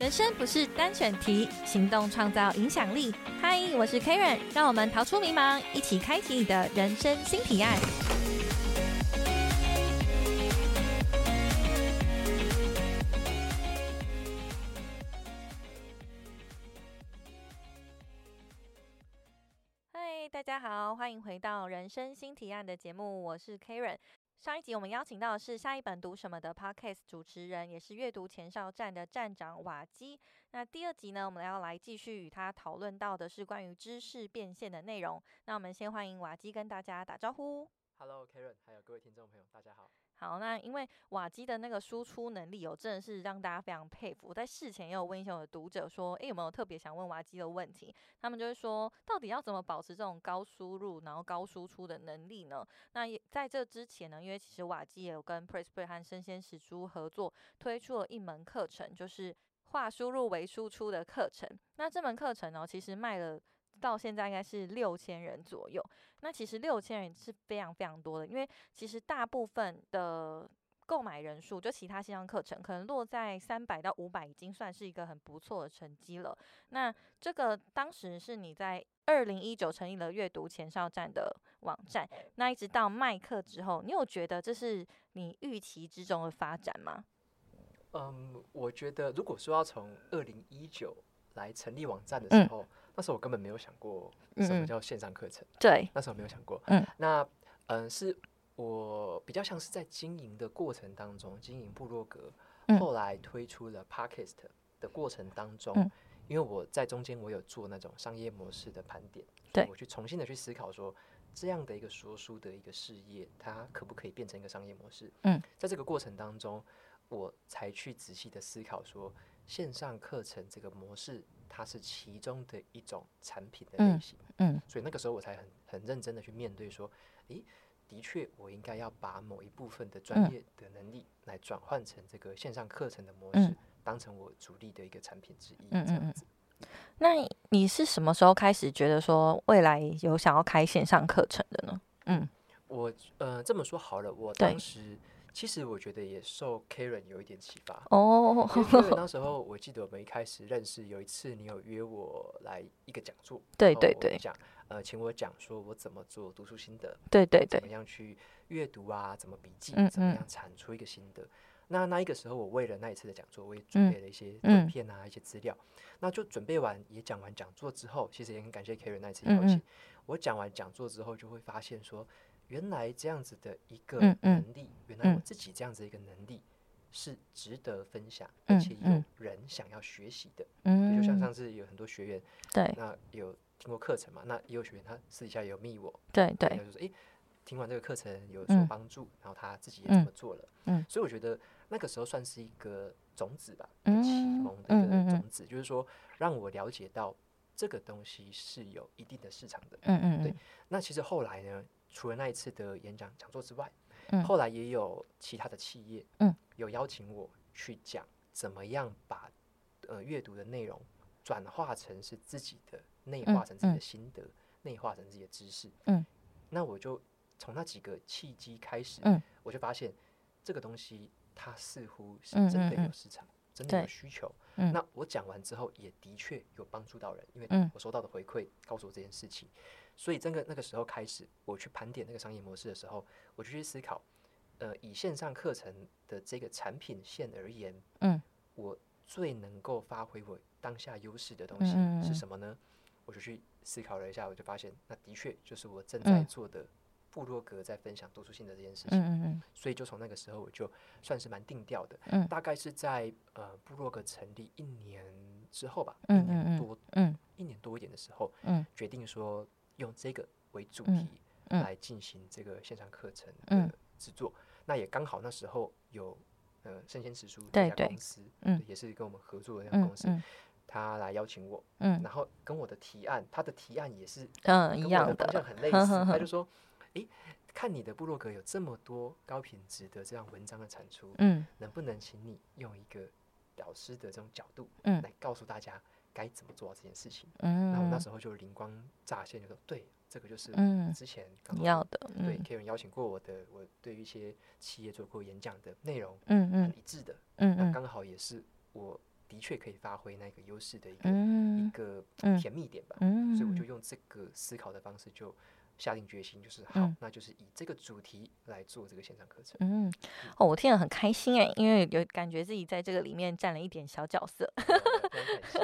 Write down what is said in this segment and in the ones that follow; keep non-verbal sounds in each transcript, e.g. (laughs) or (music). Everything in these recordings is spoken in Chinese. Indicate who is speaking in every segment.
Speaker 1: 人生不是单选题，行动创造影响力。嗨，我是 Karen，让我们逃出迷茫，一起开启你的人生新提案。嗨，大家好，欢迎回到《人生新提案》的节目，我是 Karen。上一集我们邀请到的是下一本读什么的 Podcast 主持人，也是阅读前哨站的站长瓦基。那第二集呢，我们要来继续与他讨论到的是关于知识变现的内容。那我们先欢迎瓦基跟大家打招呼。
Speaker 2: Hello Karen，还有各位听众朋友，大家好。
Speaker 1: 好，那因为瓦基的那个输出能力哦，真的是让大家非常佩服。我在事前也有问一些我的读者说，诶，有没有特别想问瓦基的问题？他们就会说，到底要怎么保持这种高输入然后高输出的能力呢？那也在这之前呢，因为其实瓦基也有跟 Press Play 和生鲜食书合作推出了一门课程，就是化输入为输出的课程。那这门课程呢，其实卖了。到现在应该是六千人左右，那其实六千人是非常非常多的，因为其实大部分的购买人数，就其他线上课程，可能落在三百到五百，已经算是一个很不错的成绩了。那这个当时是你在二零一九成立了阅读前哨站的网站，那一直到卖课之后，你有觉得这是你预期之中的发展吗？
Speaker 2: 嗯，我觉得如果说要从二零一九来成立网站的时
Speaker 1: 嗯
Speaker 2: 候，那时候我根本没有想过
Speaker 1: 嗯
Speaker 2: 什么
Speaker 1: 嗯
Speaker 2: 叫线上课程，
Speaker 1: 对，
Speaker 2: 那时候没有想过。
Speaker 1: 嗯，
Speaker 2: 那嗯，是我比较像是在经营的过程当中，经营部落格，
Speaker 1: 嗯
Speaker 2: 后来推出了 Podcast 的过程当中，
Speaker 1: 嗯
Speaker 2: 因为我在中间我有做那种商业模式的盘点，
Speaker 1: 对
Speaker 2: 我去重新的去思考说。这样的一个说书的一个事业，它可不可以变成一个商业模式？
Speaker 1: 嗯，
Speaker 2: 在这个过程当中，我才去仔细的思考说，线上课程这个模式，它是其中的一种产品的类
Speaker 1: 嗯
Speaker 2: 型。
Speaker 1: 嗯
Speaker 2: 所以那个时候我才很很认真的去面对说，诶，的确我应该要把某一部分的专
Speaker 1: 嗯
Speaker 2: 业的能力来转换成这个线上课程的模
Speaker 1: 嗯
Speaker 2: 式，当成我主力的一个产品之一，
Speaker 1: 嗯
Speaker 2: 这
Speaker 1: 嗯嗯
Speaker 2: 样子。
Speaker 1: 那你是什么时候开始觉得说未来有想要开线上课程的呢？
Speaker 2: 嗯我呃这么说好了，我
Speaker 1: 对
Speaker 2: 当时其实我觉得也受 Karen 有一点启
Speaker 1: (laughs)
Speaker 2: 发。
Speaker 1: 哦，
Speaker 2: 因为 Karen 那时候我记得我们一开始认识，有一次你有约我来一个讲座，
Speaker 1: 对
Speaker 2: 然后
Speaker 1: 对
Speaker 2: 我
Speaker 1: 对
Speaker 2: 讲呃请我讲说我怎么做读书心得，
Speaker 1: 对对对
Speaker 2: 怎么，样去阅读啊，怎么笔记
Speaker 1: 嗯，
Speaker 2: 怎么
Speaker 1: 嗯
Speaker 2: 样产出一个心得。那那一个时候，我为了那一次的讲座，我也
Speaker 1: 嗯
Speaker 2: 准备了一些短
Speaker 1: 嗯
Speaker 2: 片啊，一些资料。那就准备完，也讲完讲座之后，其实也很感谢 Karen 那一次邀
Speaker 1: 嗯嗯
Speaker 2: 请。我讲完讲座之后，就会发现说，原来这样子的一个
Speaker 1: 嗯嗯
Speaker 2: 能力，原来我
Speaker 1: 嗯
Speaker 2: 自己这样子一个能力是值得分享，而
Speaker 1: 嗯
Speaker 2: 且有
Speaker 1: 嗯
Speaker 2: 人想要学习的。
Speaker 1: 嗯，
Speaker 2: 就像上次有很多学员，
Speaker 1: 对
Speaker 2: 那有听过课程嘛，那也有学员他私底下也有密我，
Speaker 1: 对
Speaker 2: 然
Speaker 1: 对，
Speaker 2: 后就说诶，听完这个课程有所
Speaker 1: 嗯
Speaker 2: 帮助，然后他自己也这么做了，
Speaker 1: 嗯
Speaker 2: 所以我觉得那个时候算是一个种子吧，一个启
Speaker 1: 嗯
Speaker 2: 蒙的
Speaker 1: 嗯
Speaker 2: 一
Speaker 1: 嗯嗯
Speaker 2: 个种子，就是说让我了解到这个东西是有一定的市场的。
Speaker 1: 嗯嗯嗯
Speaker 2: 对，那其实后来呢，除了那一次的演讲讲座之外，
Speaker 1: 嗯
Speaker 2: 后来也有其他的企业，
Speaker 1: 嗯
Speaker 2: 有邀请我去讲怎么样把呃阅读的内容转化成是自己的内
Speaker 1: 嗯
Speaker 2: 化成自己
Speaker 1: 嗯
Speaker 2: 的心得，内化成自己的知识，
Speaker 1: 嗯，
Speaker 2: 那我就从那几个契机开始，
Speaker 1: 嗯，
Speaker 2: 我就发现这个东西它似乎是
Speaker 1: 嗯
Speaker 2: 真
Speaker 1: 嗯
Speaker 2: 的
Speaker 1: 嗯
Speaker 2: 有市场，真的有
Speaker 1: 对
Speaker 2: 需求，
Speaker 1: 嗯
Speaker 2: 那我讲完之后也的确有帮助到人，因为
Speaker 1: 嗯
Speaker 2: 我收到的回馈告诉我这件事情。所以这个那个时候开始，我去盘点那个商业模式的时候，我就去思考，呃，以线上课程的这个产品线而言，
Speaker 1: 嗯，
Speaker 2: 我最能够发挥我当下优势的东西
Speaker 1: 嗯嗯
Speaker 2: 是
Speaker 1: 嗯
Speaker 2: 什么呢？我就去思考了一下，我就发现，那的确就是我正在
Speaker 1: 嗯
Speaker 2: 做的部落格在分享读书心得这件事情。
Speaker 1: 嗯嗯
Speaker 2: 所以就从那个时候我就算是蛮定调的，
Speaker 1: 嗯
Speaker 2: 大概是在呃部落格成立一年之后吧，
Speaker 1: 嗯
Speaker 2: 一
Speaker 1: 嗯
Speaker 2: 年
Speaker 1: 嗯
Speaker 2: 多
Speaker 1: 嗯
Speaker 2: 一年多一点的时候，
Speaker 1: 嗯
Speaker 2: 决定说用这个为主
Speaker 1: 嗯
Speaker 2: 题
Speaker 1: 嗯
Speaker 2: 来进行这个线上课程
Speaker 1: 嗯
Speaker 2: 的制作。那也刚好那时候有呃生鲜食书
Speaker 1: 对
Speaker 2: 这家
Speaker 1: 对
Speaker 2: 公司，
Speaker 1: 嗯
Speaker 2: 也是跟我们合作的那家
Speaker 1: 嗯
Speaker 2: 公司，
Speaker 1: 嗯
Speaker 2: 他来邀请我，
Speaker 1: 嗯
Speaker 2: 然后跟我的提案，他的提案也是
Speaker 1: 嗯，
Speaker 2: 跟
Speaker 1: 一
Speaker 2: 我
Speaker 1: 样
Speaker 2: 的方
Speaker 1: 的，
Speaker 2: 向很
Speaker 1: (laughs)
Speaker 2: 类
Speaker 1: 呵
Speaker 2: 似。
Speaker 1: 呵呵
Speaker 2: 他就说：“诶，看你的部落格有这么多高品质的这样文章的产出，
Speaker 1: 嗯
Speaker 2: 能不能请你用一个老师的这种角度，
Speaker 1: 嗯
Speaker 2: 来告诉大家该怎么做到这件事情？”那我那
Speaker 1: 嗯
Speaker 2: 时候就灵光乍现，就说：“对，这个就是
Speaker 1: 嗯，
Speaker 2: 之前刚好
Speaker 1: 要的，
Speaker 2: 对
Speaker 1: 嗯
Speaker 2: Karen 邀请过我的，我对于一些企业做过演讲的内容
Speaker 1: 嗯
Speaker 2: 很
Speaker 1: 嗯
Speaker 2: 一致的，
Speaker 1: 嗯
Speaker 2: 那
Speaker 1: 嗯
Speaker 2: 刚好也是我。”的确可以发挥那个优势的一个、一
Speaker 1: 嗯
Speaker 2: 个
Speaker 1: 嗯
Speaker 2: 甜蜜点吧。
Speaker 1: 嗯，
Speaker 2: 所以我就用这个思考的方式，就下定决心，就是好，
Speaker 1: 嗯
Speaker 2: 那就是以这个主题来做这个线上课程。
Speaker 1: 嗯，哦，我听了很开心诶，因为有感觉自己在这个里面占了一点小角色。
Speaker 2: 对啊非常感谢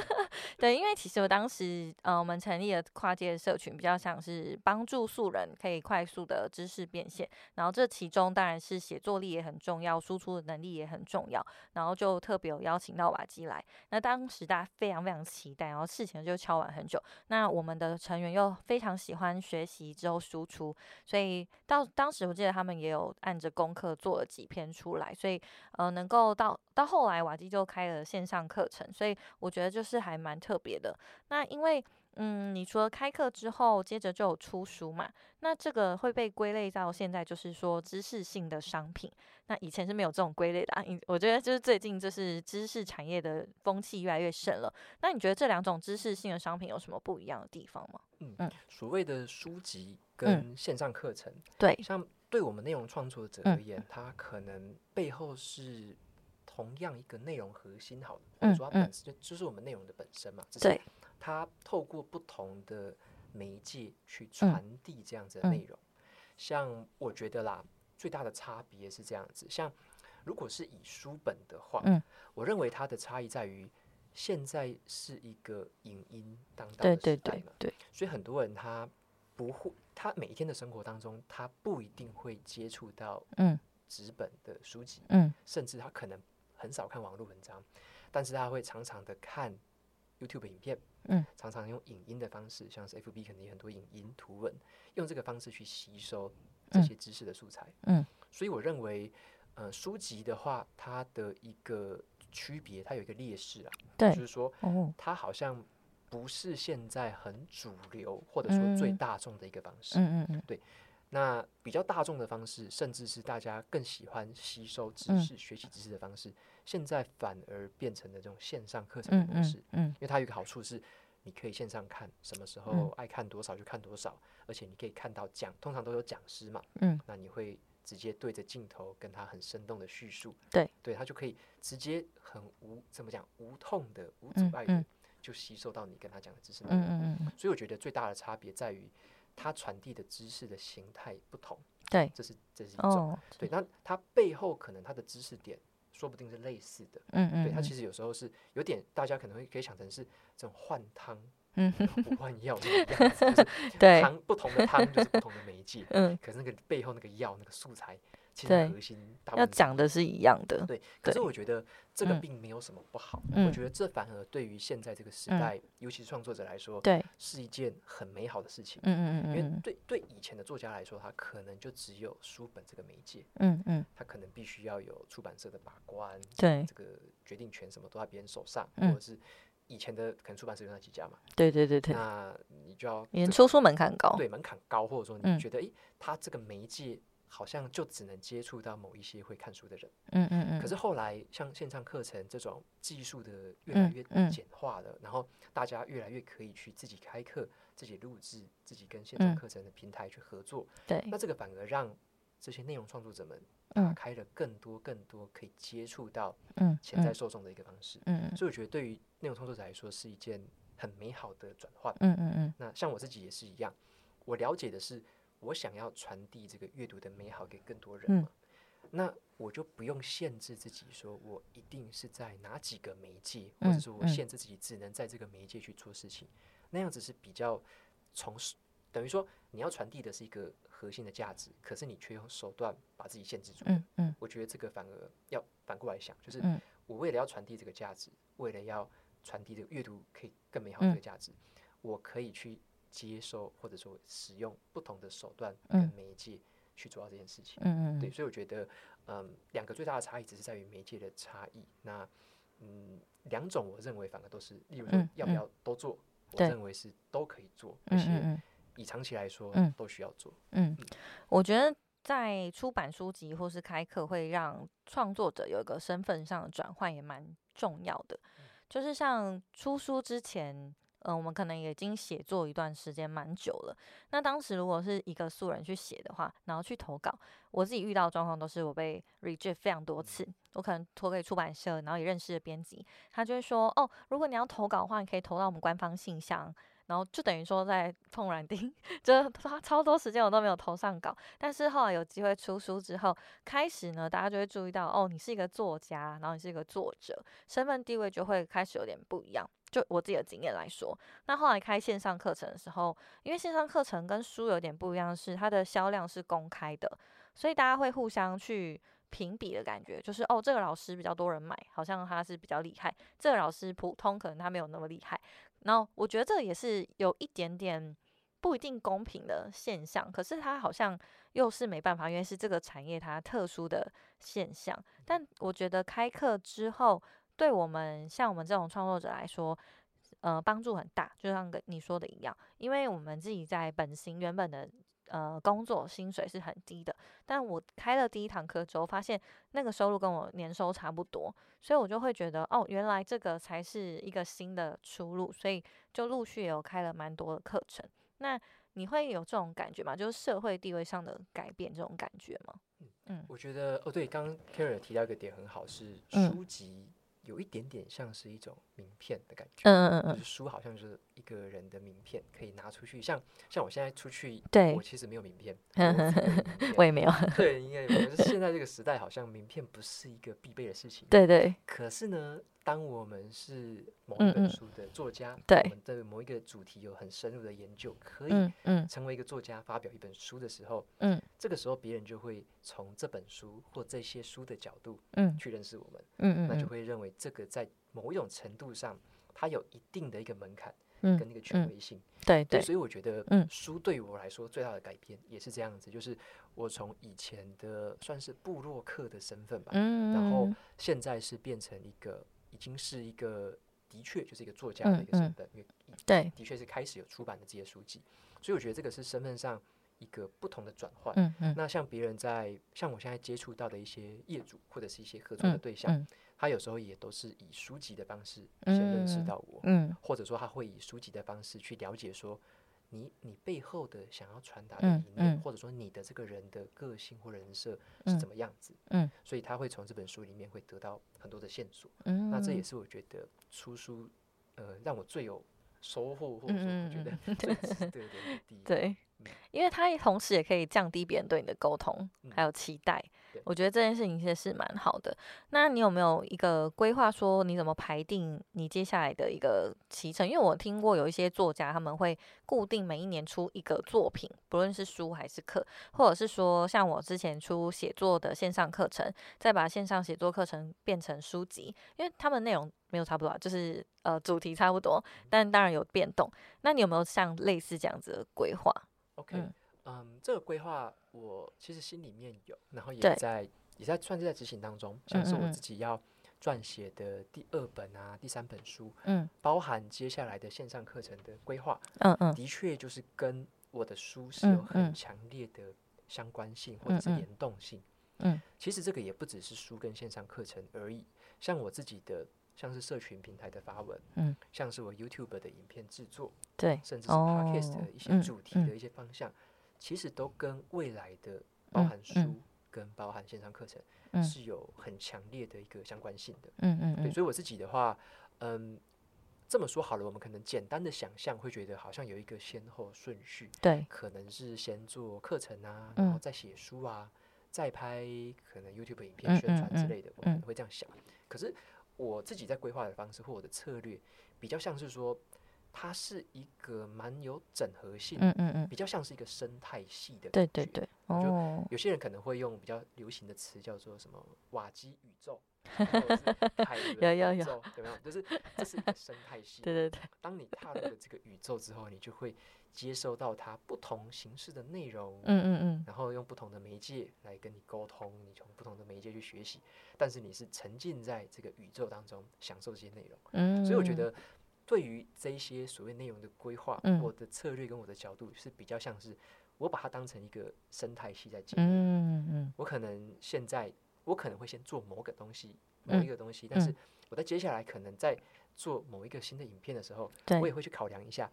Speaker 1: 对，因为其实我当时，呃，我们成立了跨界社群，比较像是帮助素人可以快速的知识变现。然后这其中当然是写作力也很重要，输出的能力也很重要。然后就特别有邀请到瓦基来，那当时大家非常非常期待，然后事情就敲完很久。那我们的成员又非常喜欢学习之后输出，所以到当时我记得他们也有按着功课做了几篇出来，所以呃，能够到到后来瓦基就开了线上课程，所以我觉得就是还蛮特别的。那因为嗯，你除了开课之后，接着就有出书嘛，那这个会被归类到现在就是说知识性的商品。那以前是没有这种归类的、啊，以我觉得就是最近就是知识产业的风气越来越盛了。那你觉得这两种知识性的商品有什么不一样的地方吗？嗯
Speaker 2: 嗯，所谓的书籍跟线上课程，
Speaker 1: 对，
Speaker 2: 像对我们内容创作者
Speaker 1: 嗯
Speaker 2: 而言，它可能背后是同样一个内容核心，好了，或者
Speaker 1: 嗯
Speaker 2: 说它
Speaker 1: 嗯
Speaker 2: 本身就就是我们内容的本身嘛，只是
Speaker 1: 对
Speaker 2: 它透过不同的媒介去传
Speaker 1: 嗯
Speaker 2: 递这样子的内容。像我觉得啦，最大的差别是这样子，像如果是以书本的话，
Speaker 1: 嗯
Speaker 2: 我认为它的差异在于。现在是一个影音当道
Speaker 1: 对
Speaker 2: 的
Speaker 1: 对
Speaker 2: 时代
Speaker 1: 对
Speaker 2: 嘛，
Speaker 1: 对，
Speaker 2: 所以很多人他不会，他每一天的生活当中，他不一定会接触到
Speaker 1: 嗯
Speaker 2: 纸本的书籍，
Speaker 1: 嗯
Speaker 2: 甚至他可能很少看网络文章，但是他会常常的看 YouTube 影片，
Speaker 1: 嗯，
Speaker 2: 常常用影音的方式，像是 FB 肯定很多影音图文，用这个方式去吸收这
Speaker 1: 嗯
Speaker 2: 些知识的素材，
Speaker 1: 嗯
Speaker 2: 所以我认为，呃，书籍的话，它的一个区别，它有一个劣势啊，
Speaker 1: 对
Speaker 2: 就是说
Speaker 1: 哦
Speaker 2: 它好像不是现在很主流或者说最
Speaker 1: 嗯
Speaker 2: 大众的一个方式。
Speaker 1: 嗯嗯嗯
Speaker 2: 那比较大众的方式，甚至是大家更喜欢吸收知
Speaker 1: 嗯
Speaker 2: 识、学习知识的方式，现在反而变成了这种线上课程的
Speaker 1: 嗯
Speaker 2: 模式。
Speaker 1: 嗯嗯
Speaker 2: 因为它有一个好处是，你可以线上看，什么时候
Speaker 1: 嗯
Speaker 2: 爱看多少就看多少，而且你可以看到讲，通常都有讲师嘛，
Speaker 1: 嗯
Speaker 2: 那你会直接对着镜头跟他很生动的叙述，
Speaker 1: 对，
Speaker 2: 对他就可以直接很无怎么讲无痛的、无
Speaker 1: 嗯
Speaker 2: 阻碍的、
Speaker 1: 嗯
Speaker 2: 就吸收到你跟他讲的知识内容。
Speaker 1: 嗯嗯，
Speaker 2: 所以我觉得最大的差别在于它传递的知识的形态不同，
Speaker 1: 对，
Speaker 2: 这是这是一种。
Speaker 1: 哦，
Speaker 2: 对，那它背后可能它的知识点说不定是类似的，
Speaker 1: 嗯嗯，
Speaker 2: 对，它其实有时候是有点大家可能会可以想成是这种换汤
Speaker 1: 嗯 (laughs)
Speaker 2: 不换药那种样子，就是
Speaker 1: 对，，
Speaker 2: 汤不同的汤就是不同的媒介
Speaker 1: 嗯，
Speaker 2: 可是那个背后那个药那个素材其
Speaker 1: 对
Speaker 2: 实核心大部
Speaker 1: 要
Speaker 2: 分
Speaker 1: 讲的是一样的，
Speaker 2: 对，可是
Speaker 1: 对
Speaker 2: 我觉得这个
Speaker 1: 嗯
Speaker 2: 并没有什么不好，我
Speaker 1: 嗯
Speaker 2: 觉得这反而对于现在这个时
Speaker 1: 嗯
Speaker 2: 代，尤其是创作者来说，
Speaker 1: 对，
Speaker 2: 是一件很美好的事情。
Speaker 1: 嗯
Speaker 2: 因
Speaker 1: 嗯
Speaker 2: 为
Speaker 1: 嗯
Speaker 2: 对对以前的作家来说，他可能就只有书本这个媒介，
Speaker 1: 嗯嗯嗯，
Speaker 2: 他可能必须要有出版社的把关，
Speaker 1: 对
Speaker 2: 这个决定权什么都在别人手上，
Speaker 1: 嗯
Speaker 2: 或者是以前的可能出版社有那几家嘛，
Speaker 1: 对对对对，
Speaker 2: 那你就要
Speaker 1: 演
Speaker 2: 这
Speaker 1: 出书门槛高，
Speaker 2: 对门槛高，或者说
Speaker 1: 嗯
Speaker 2: 你觉得诶，他这个媒介好像就只能接触到某一些会看书的人。
Speaker 1: 嗯嗯嗯，
Speaker 2: 可是后来像线上课程这种技术的越来
Speaker 1: 嗯
Speaker 2: 越
Speaker 1: 嗯
Speaker 2: 简化了，然后大家越来越可以去自己开课、自己录制、自己跟线上
Speaker 1: 嗯
Speaker 2: 课程的平台去合作，
Speaker 1: 对，
Speaker 2: 那这个反而让这些内容创作者们打
Speaker 1: 哎嗯
Speaker 2: 开了更多更多可以接触到
Speaker 1: 嗯，
Speaker 2: 潜在受众的一个方式。
Speaker 1: 嗯嗯
Speaker 2: 所以我觉得对于内容创作者来说是一件很美好的转换。
Speaker 1: 嗯嗯嗯
Speaker 2: 那像我自己也是一样，我了解的是，我想要传递这个阅读的美好给更多人
Speaker 1: 嗯
Speaker 2: 嘛，那我就不用限制自己，说我一定是在哪几个媒介，或者
Speaker 1: 嗯
Speaker 2: 说我
Speaker 1: 嗯
Speaker 2: 限制自己只能在这个媒介去做事情，那样子是比较从等于说你要传递的是一个核心的价值，可是你却用手段把自己限制住了。
Speaker 1: 嗯嗯
Speaker 2: 我觉得这个反而要反过来想，就是
Speaker 1: 嗯
Speaker 2: 我为了要传递这个价值，为了要传递这个阅读可以更美好的
Speaker 1: 嗯
Speaker 2: 这个价值，我可以去接受或者说使用不同的手段跟
Speaker 1: 嗯
Speaker 2: 媒介去做到这件事情。
Speaker 1: 嗯
Speaker 2: 对，
Speaker 1: 嗯，
Speaker 2: 所以我觉得，嗯，两个最大的差异只是在于媒介的差异。那嗯，两种我认为反而都是，例如说
Speaker 1: 嗯
Speaker 2: 要不
Speaker 1: 嗯
Speaker 2: 要都做，我
Speaker 1: 对
Speaker 2: 认为是都可以做，而
Speaker 1: 嗯
Speaker 2: 且
Speaker 1: 嗯
Speaker 2: 以长期来说
Speaker 1: 嗯
Speaker 2: 都需要做。
Speaker 1: 嗯，我觉得。在出版书籍或是开课，会让创作者有一个身份上的转换，也蛮重要的。就是像出书之前，呃，我们可能已经写作一段时间蛮久了。那当时如果是一个素人去写的话，然后去投稿，我自己遇到的状况都是我被 reject 非常多次。我可能投给出版社，然后也认识了编辑，他就会说：“哦，如果你要投稿的话，你可以投到我们官方信箱。”然后就等于说在碰 (laughs) 软钉，就花超多时间我都没有投上稿。但是后来有机会出书之后，开始呢，大家就会注意到，哦，你是一个作家，然后你是一个作者，身份地位就会开始有点不一样。就我自己的经验来说，那后来开线上课程的时候，因为线上课程跟书有点不一样，是它的销量是公开的，所以大家会互相去评比的感觉，就是哦，这个老师比较多人买，好像他是比较厉害；这个老师普通，可能他没有那么厉害。然后我觉得这也是有一点点不一定公平的现象，可是它好像又是没办法，因为是这个产业它特殊的现象。但我觉得开课之后，对我们像我们这种创作者来说，呃，帮助很大。就像跟你说的一样，因为我们自己在本行原本的呃工作薪水是很低的，但我开了第一堂课之后，发现那个收入跟我年收差不多，所以我就会觉得哦，原来这个才是一个新的出路，所以就陆续有开了蛮多的课程。那你会有这种感觉吗？就是社会地位上的改变这种感觉吗？
Speaker 2: 我觉得哦，对，刚刚 Karen 有提到一个点很好，是
Speaker 1: 嗯
Speaker 2: 书籍有一点点像是一种名片的感觉，
Speaker 1: 嗯嗯嗯嗯，
Speaker 2: 就是书好像是一个人的名片，可以拿出去。像像我现在出去，
Speaker 1: 对
Speaker 2: 我其实没有名片，我自己没有
Speaker 1: (laughs)
Speaker 2: 名片
Speaker 1: 我也没有，
Speaker 2: 对，应该有。就是现在这个时代，好像名片不是一个必备的事情。
Speaker 1: 对对
Speaker 2: 可是呢，当我们是某
Speaker 1: 嗯
Speaker 2: 一本
Speaker 1: 嗯
Speaker 2: 书的作家，
Speaker 1: 对
Speaker 2: 我们对某一个主题有很深入的研究，可以
Speaker 1: 嗯嗯
Speaker 2: 成为一个作家，发表一本书的时候，
Speaker 1: 嗯
Speaker 2: 这个时候别人就会从这本书或这些书的角度
Speaker 1: 嗯
Speaker 2: 去认识我们，
Speaker 1: 嗯
Speaker 2: 那
Speaker 1: 嗯
Speaker 2: 就会认为这个在某一种程度上，它有一定的一个门槛跟
Speaker 1: 嗯，
Speaker 2: 那个权
Speaker 1: 嗯
Speaker 2: 威性。
Speaker 1: 对对，
Speaker 2: 对，所以我觉得，
Speaker 1: 嗯
Speaker 2: 书对于我来说最大的改变也是这样子，就是我从以前的算是部落客的身份吧，
Speaker 1: 嗯，
Speaker 2: 然后现在是变成一个已经是一个的确就是一个作家的一个
Speaker 1: 嗯
Speaker 2: 身
Speaker 1: 嗯
Speaker 2: 份，因为
Speaker 1: 对，
Speaker 2: 的确是开始有出版的这些书籍，所以我觉得这个是身份上一个不同的转换。
Speaker 1: 嗯嗯
Speaker 2: 那像别人在像我现在接触到的一些业主或者是一些合作的对象，
Speaker 1: 嗯
Speaker 2: 他有时候也都是以书籍的方式先认识
Speaker 1: 嗯
Speaker 2: 到我，
Speaker 1: 嗯
Speaker 2: 或者说他会以书籍的方式去了解说你你背后的想要传达的
Speaker 1: 嗯
Speaker 2: 理念，
Speaker 1: 嗯
Speaker 2: 或者说你的这个人的个性或人设是
Speaker 1: 嗯
Speaker 2: 怎么样子，
Speaker 1: 嗯
Speaker 2: 所以他会从这本书里面会得到很多的线索，
Speaker 1: 嗯，
Speaker 2: 那这也是我觉得出书呃让我最有收获，或者说我觉
Speaker 1: 嗯嗯嗯
Speaker 2: 得最值得的一个地方。
Speaker 1: 对，因为它也同时也可以降低别人对你的沟通，还
Speaker 2: 嗯
Speaker 1: 有期待
Speaker 2: 对。
Speaker 1: 我觉得这件事情也是蛮好的。那你有没有一个规划，说你怎么排定你接下来的一个期程？因为我听过有一些作家，他们会固定每一年出一个作品，不论是书还是课，或者是说像我之前出写作的线上课程，再把线上写作课程变成书籍，因为他们内容没有差不多啊，就是呃主题差不多，
Speaker 2: 嗯
Speaker 1: 但当然有变动。那你有没有像类似这样子的规划？
Speaker 2: OK，
Speaker 1: 嗯
Speaker 2: 嗯这个规划我其实心里面有，然后也
Speaker 1: 对
Speaker 2: 在也在算是在执行当中，像是
Speaker 1: 嗯嗯
Speaker 2: 我
Speaker 1: 嗯
Speaker 2: 自己要撰写的第二本啊、第三本书，
Speaker 1: 嗯
Speaker 2: 包含接下来的线上课程的规划，
Speaker 1: 嗯嗯
Speaker 2: 的确就是跟我的书是有
Speaker 1: 嗯
Speaker 2: 很
Speaker 1: 嗯
Speaker 2: 强烈的相关性或者是
Speaker 1: 嗯嗯
Speaker 2: 联动性。
Speaker 1: 嗯
Speaker 2: 其实这个也不只是书跟线上课程而已，像我自己的，像是社群平台的发文，
Speaker 1: 嗯，
Speaker 2: 像是我 YouTube 的影片制作，
Speaker 1: 对，
Speaker 2: 甚至是 podcast 的
Speaker 1: 哦
Speaker 2: 一些
Speaker 1: 嗯
Speaker 2: 主题的
Speaker 1: 嗯
Speaker 2: 一些方向，其实都跟未来的包
Speaker 1: 嗯
Speaker 2: 含
Speaker 1: 嗯
Speaker 2: 书跟包含线上课程
Speaker 1: 嗯
Speaker 2: 是有很强烈的一个相关性的。
Speaker 1: 嗯嗯
Speaker 2: 对，
Speaker 1: 嗯，
Speaker 2: 所以我自己的话，嗯，这么说好了，我们可能简单的想象会觉得好像有一个先后顺序，
Speaker 1: 对，
Speaker 2: 可能是先做课程啊，然后
Speaker 1: 嗯
Speaker 2: 再写书啊，再拍可能 YouTube 影片
Speaker 1: 嗯
Speaker 2: 宣
Speaker 1: 嗯
Speaker 2: 传之
Speaker 1: 嗯
Speaker 2: 类的，我可能
Speaker 1: 嗯
Speaker 2: 会这样想。可是我自己在规划的方式或我的策略，比较像是说，它是一个蛮有整合性，
Speaker 1: 嗯嗯嗯，
Speaker 2: 比较像是一个生态系的
Speaker 1: 对对
Speaker 2: 感觉。
Speaker 1: 对，
Speaker 2: 我就
Speaker 1: 哦，
Speaker 2: 有些人可能会用比较流行的词叫做什么瓦基宇
Speaker 1: (laughs)
Speaker 2: 宙，或者是海
Speaker 1: 有
Speaker 2: 伦
Speaker 1: 有
Speaker 2: 宇
Speaker 1: 有
Speaker 2: 宙，有没有？就是这是一个生态系。
Speaker 1: 对对对，
Speaker 2: 当你踏入了这个宇宙之后，你就会接收到它不同形式的内容，
Speaker 1: 嗯嗯嗯，
Speaker 2: 然后用不同的媒介来跟你沟通，你从不同的媒介去学习，但是你是沉浸在这个宇宙当中享受这些内容。
Speaker 1: 嗯，
Speaker 2: 所以我觉，得，对于这一些所谓内容的规划，
Speaker 1: 嗯
Speaker 2: 我的策略跟我的角度是比较像是我把它当成一个生态系在经营。
Speaker 1: 嗯嗯
Speaker 2: 我可能现在我可能会先做某个东西，
Speaker 1: 嗯
Speaker 2: 某一个东西，但是
Speaker 1: 嗯
Speaker 2: 我在接下来可能在做某一个新的影片的时候，
Speaker 1: 对
Speaker 2: 我也会去考量一下，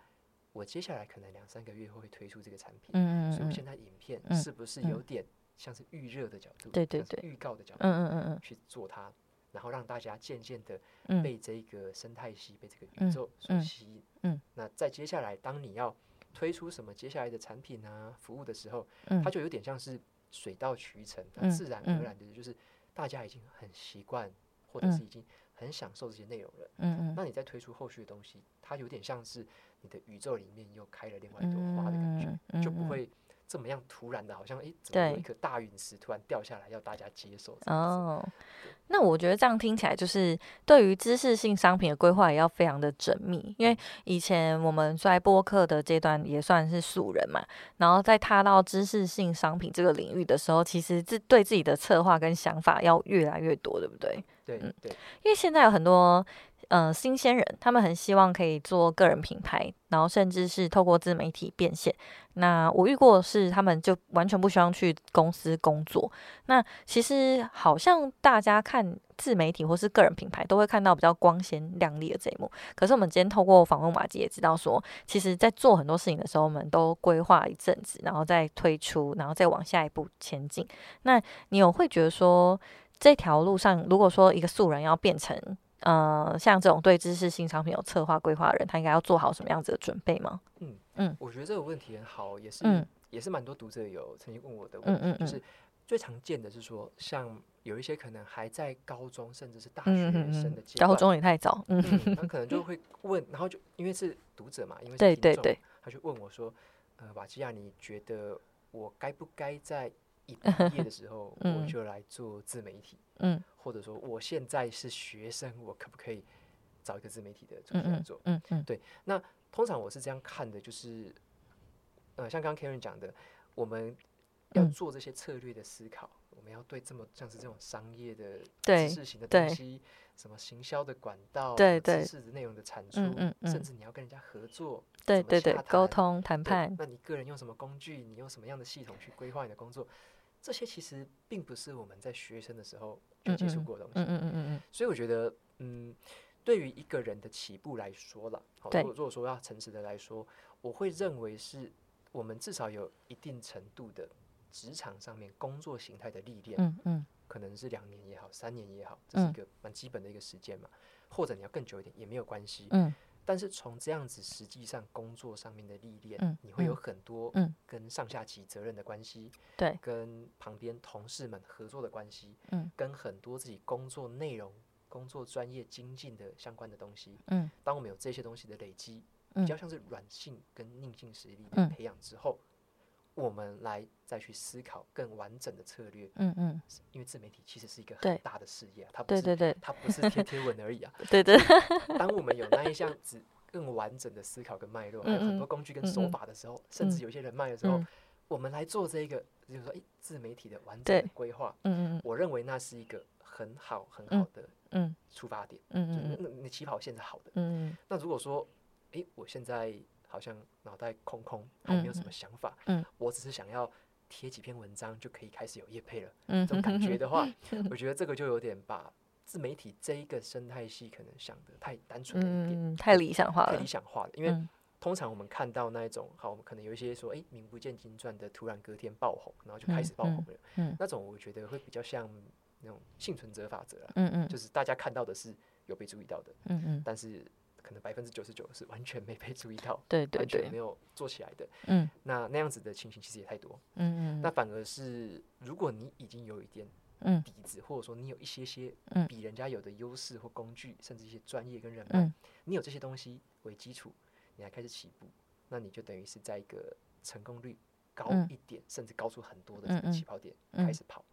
Speaker 2: 我接下来可能两三个月后会推出这个产品，
Speaker 1: 嗯
Speaker 2: 所以我
Speaker 1: 嗯
Speaker 2: 现在影片
Speaker 1: 嗯
Speaker 2: 是不是有
Speaker 1: 嗯
Speaker 2: 点像是预热的角度，
Speaker 1: 对对
Speaker 2: 像是
Speaker 1: 对
Speaker 2: 预告的角度
Speaker 1: 嗯嗯嗯
Speaker 2: 去做它，然后让大家渐渐的
Speaker 1: 嗯嗯，
Speaker 2: 被这个生态系、被这个宇
Speaker 1: 嗯
Speaker 2: 宙所
Speaker 1: 嗯
Speaker 2: 吸引。
Speaker 1: 嗯
Speaker 2: 那在接下来，当你要推出什么接下来的产品啊、服务的时候，
Speaker 1: 嗯
Speaker 2: 它就有点像是水到渠成，它
Speaker 1: 嗯
Speaker 2: 自然而
Speaker 1: 嗯
Speaker 2: 然的，就是大家已经很习惯，或者是已经很享受这些内容了。
Speaker 1: 嗯嗯
Speaker 2: 那你再推出后续的东西，它有点像是你的宇宙里面又开了另外一朵花的感觉，
Speaker 1: 嗯嗯，
Speaker 2: 就不
Speaker 1: 嗯
Speaker 2: 会这么样突然的，好像诶，怎么有
Speaker 1: 对
Speaker 2: 一颗大陨石突然掉下来要大家接受这样子？
Speaker 1: 哦，那我觉得这样听起来就是对于知识性商品的规划也要非常的缜密，因为
Speaker 2: 嗯
Speaker 1: 以前我们在播客的阶段也算是素人嘛，然后在踏到知识性商品这个领域的时候，其实自对自己的策划跟想法要越来越多，对不对？
Speaker 2: 对
Speaker 1: 嗯
Speaker 2: 对，
Speaker 1: 因为现在有很多呃新鲜人，他们很希望可以做个人品牌，然后甚至是透过自媒体变现。那我遇过的是他们就完全不希望去公司工作。那其实好像大家看自媒体或是个人品牌，都会看到比较光鲜亮丽的这一幕。可是我们今天透过访问马吉也知道说，其实在做很多事情的时候，我们都规划一阵子，然后再推出，然后再往下一步前进。那你有会觉得说？这条路上，如果说一个素人要变成呃像这种对知识性商品有策划规划的人，他应该要做好什么样子的准备吗？
Speaker 2: 我觉得这个问题很好，也是、
Speaker 1: 嗯
Speaker 2: 也是蛮多读者有曾经问我的问
Speaker 1: 嗯
Speaker 2: 题，
Speaker 1: 嗯
Speaker 2: 就
Speaker 1: 嗯
Speaker 2: 是最常见的是说，像有一些可能还在高中甚至是大学
Speaker 1: 嗯嗯
Speaker 2: 生
Speaker 1: 嗯
Speaker 2: 的，阶段，
Speaker 1: 高中也太早，嗯
Speaker 2: 嗯，他可能就会问，然后就因为是读者嘛，因为是
Speaker 1: 对
Speaker 2: 听
Speaker 1: 对
Speaker 2: 众
Speaker 1: 对，
Speaker 2: 他就问我说，呃，瓦基亚，你觉得我该不该在
Speaker 1: (laughs)
Speaker 2: 一毕业的时候我
Speaker 1: 嗯
Speaker 2: 就来做自媒体，
Speaker 1: 嗯
Speaker 2: 或者说我现在是学生，我可不可以找一个自媒体的主
Speaker 1: 嗯
Speaker 2: 题来
Speaker 1: 嗯
Speaker 2: 做？
Speaker 1: 嗯嗯
Speaker 2: 通常我是这样看的，就是，呃，像刚刚 Karen 讲的，我们要
Speaker 1: 嗯
Speaker 2: 做这些策略的思考，我们要对这么像是这种商业的
Speaker 1: 对
Speaker 2: 知识型的
Speaker 1: 对
Speaker 2: 东西，什么行销的管道，
Speaker 1: 对
Speaker 2: 什么
Speaker 1: 对
Speaker 2: 知识的内容的产出，
Speaker 1: 嗯嗯
Speaker 2: 甚
Speaker 1: 嗯
Speaker 2: 至你要跟人家合作，
Speaker 1: 对
Speaker 2: 怎么
Speaker 1: 对对
Speaker 2: 洽，
Speaker 1: 沟
Speaker 2: 谈
Speaker 1: 通谈
Speaker 2: 对
Speaker 1: 判，
Speaker 2: 那你个人用什么工具，你用什么样的系统去规划你的工作，这些其实并不是我们在学生的时候就接触过的东西。
Speaker 1: 嗯嗯嗯嗯
Speaker 2: 所以我觉得，嗯，对于一个人的起步来说啦，好，
Speaker 1: 对
Speaker 2: 如果如果说要诚实的来说，我会认为是我们至少有一定程度的职场上面工作形态的历练，
Speaker 1: 嗯嗯
Speaker 2: 可能是两年也好，三年也好，这是一
Speaker 1: 嗯
Speaker 2: 个蛮基本的一个时间嘛，或者你要更久一点也没有关系。
Speaker 1: 嗯
Speaker 2: 但是从这样子实际上工作上面的历练，
Speaker 1: 嗯
Speaker 2: 你会有
Speaker 1: 嗯
Speaker 2: 很多
Speaker 1: 嗯
Speaker 2: 跟上下级责任的关系，
Speaker 1: 对
Speaker 2: 跟旁边同事们合作的关系，
Speaker 1: 嗯
Speaker 2: 跟很多自己工作内容、工作专业精进的相关的东西。
Speaker 1: 嗯
Speaker 2: 当我们有这些东西的累积，比
Speaker 1: 嗯
Speaker 2: 较像是软性跟硬性实力的
Speaker 1: 嗯
Speaker 2: 培养之后，我们来再去思考更完整的策略。
Speaker 1: 嗯嗯，
Speaker 2: 因为自媒体其实是一个很
Speaker 1: 对
Speaker 2: 大的事业、啊，它不
Speaker 1: 对
Speaker 2: 是
Speaker 1: 对对
Speaker 2: 它不是贴贴文而已啊。
Speaker 1: 对对，
Speaker 2: 当我们有那一项子更完整的思考跟脉络，还有
Speaker 1: 嗯
Speaker 2: 很
Speaker 1: 嗯
Speaker 2: 多工具跟
Speaker 1: 嗯
Speaker 2: 手
Speaker 1: 嗯
Speaker 2: 法的时候，甚
Speaker 1: 嗯
Speaker 2: 至有一些人脉的时候，
Speaker 1: 嗯
Speaker 2: 我们来做这个，就是说，诶，自媒体的完整
Speaker 1: 对
Speaker 2: 的规划，
Speaker 1: 嗯嗯
Speaker 2: 我认为那是一个很好很
Speaker 1: 嗯
Speaker 2: 好的
Speaker 1: 嗯
Speaker 2: 出发点，
Speaker 1: 嗯
Speaker 2: 就是
Speaker 1: 嗯
Speaker 2: 那你起跑线是好的。
Speaker 1: 嗯
Speaker 2: 那如果说，诶，我现在好像脑袋空空，还没有什
Speaker 1: 嗯
Speaker 2: 么想法，
Speaker 1: 嗯
Speaker 2: 我只是想要贴几篇文章就可以开始有业配
Speaker 1: (laughs)
Speaker 2: 了，
Speaker 1: 嗯，
Speaker 2: 这种感觉的话，我觉得这个就有点把自媒体这一个生态系可能想的太单纯了一点，
Speaker 1: 嗯，太理想化
Speaker 2: 太
Speaker 1: 了
Speaker 2: 理，想化了，因为。
Speaker 1: 嗯
Speaker 2: 通常我们看到那一种，好，我们可能有一些说，诶，名不见经传的，突然隔天爆红，然后就开
Speaker 1: 嗯
Speaker 2: 始爆红
Speaker 1: 嗯
Speaker 2: 了。
Speaker 1: 嗯
Speaker 2: 那种我觉得会比较像那种幸存者法则啊，
Speaker 1: 嗯嗯
Speaker 2: 就是大家看到的是有被注意到的，
Speaker 1: 嗯嗯，
Speaker 2: 但是可能百分之九十九是完全没被注意到，
Speaker 1: 对对
Speaker 2: 完全
Speaker 1: 对
Speaker 2: 没，有做起来的。
Speaker 1: 嗯
Speaker 2: 那那样子的情形其实也太多。
Speaker 1: 嗯
Speaker 2: 那
Speaker 1: 嗯
Speaker 2: 反而是如果你已经有一点
Speaker 1: 嗯
Speaker 2: 底子，或者说你有一些些
Speaker 1: 嗯
Speaker 2: 比人家有的优势或工具，甚至一些专业跟人脉
Speaker 1: 嗯，
Speaker 2: 你有这些东西为基础，你还开始起步，那你就等于是在一个成功率高
Speaker 1: 嗯
Speaker 2: 一点，甚至高出很多的
Speaker 1: 嗯
Speaker 2: 这个起
Speaker 1: 嗯
Speaker 2: 跑点开
Speaker 1: 嗯
Speaker 2: 始跑。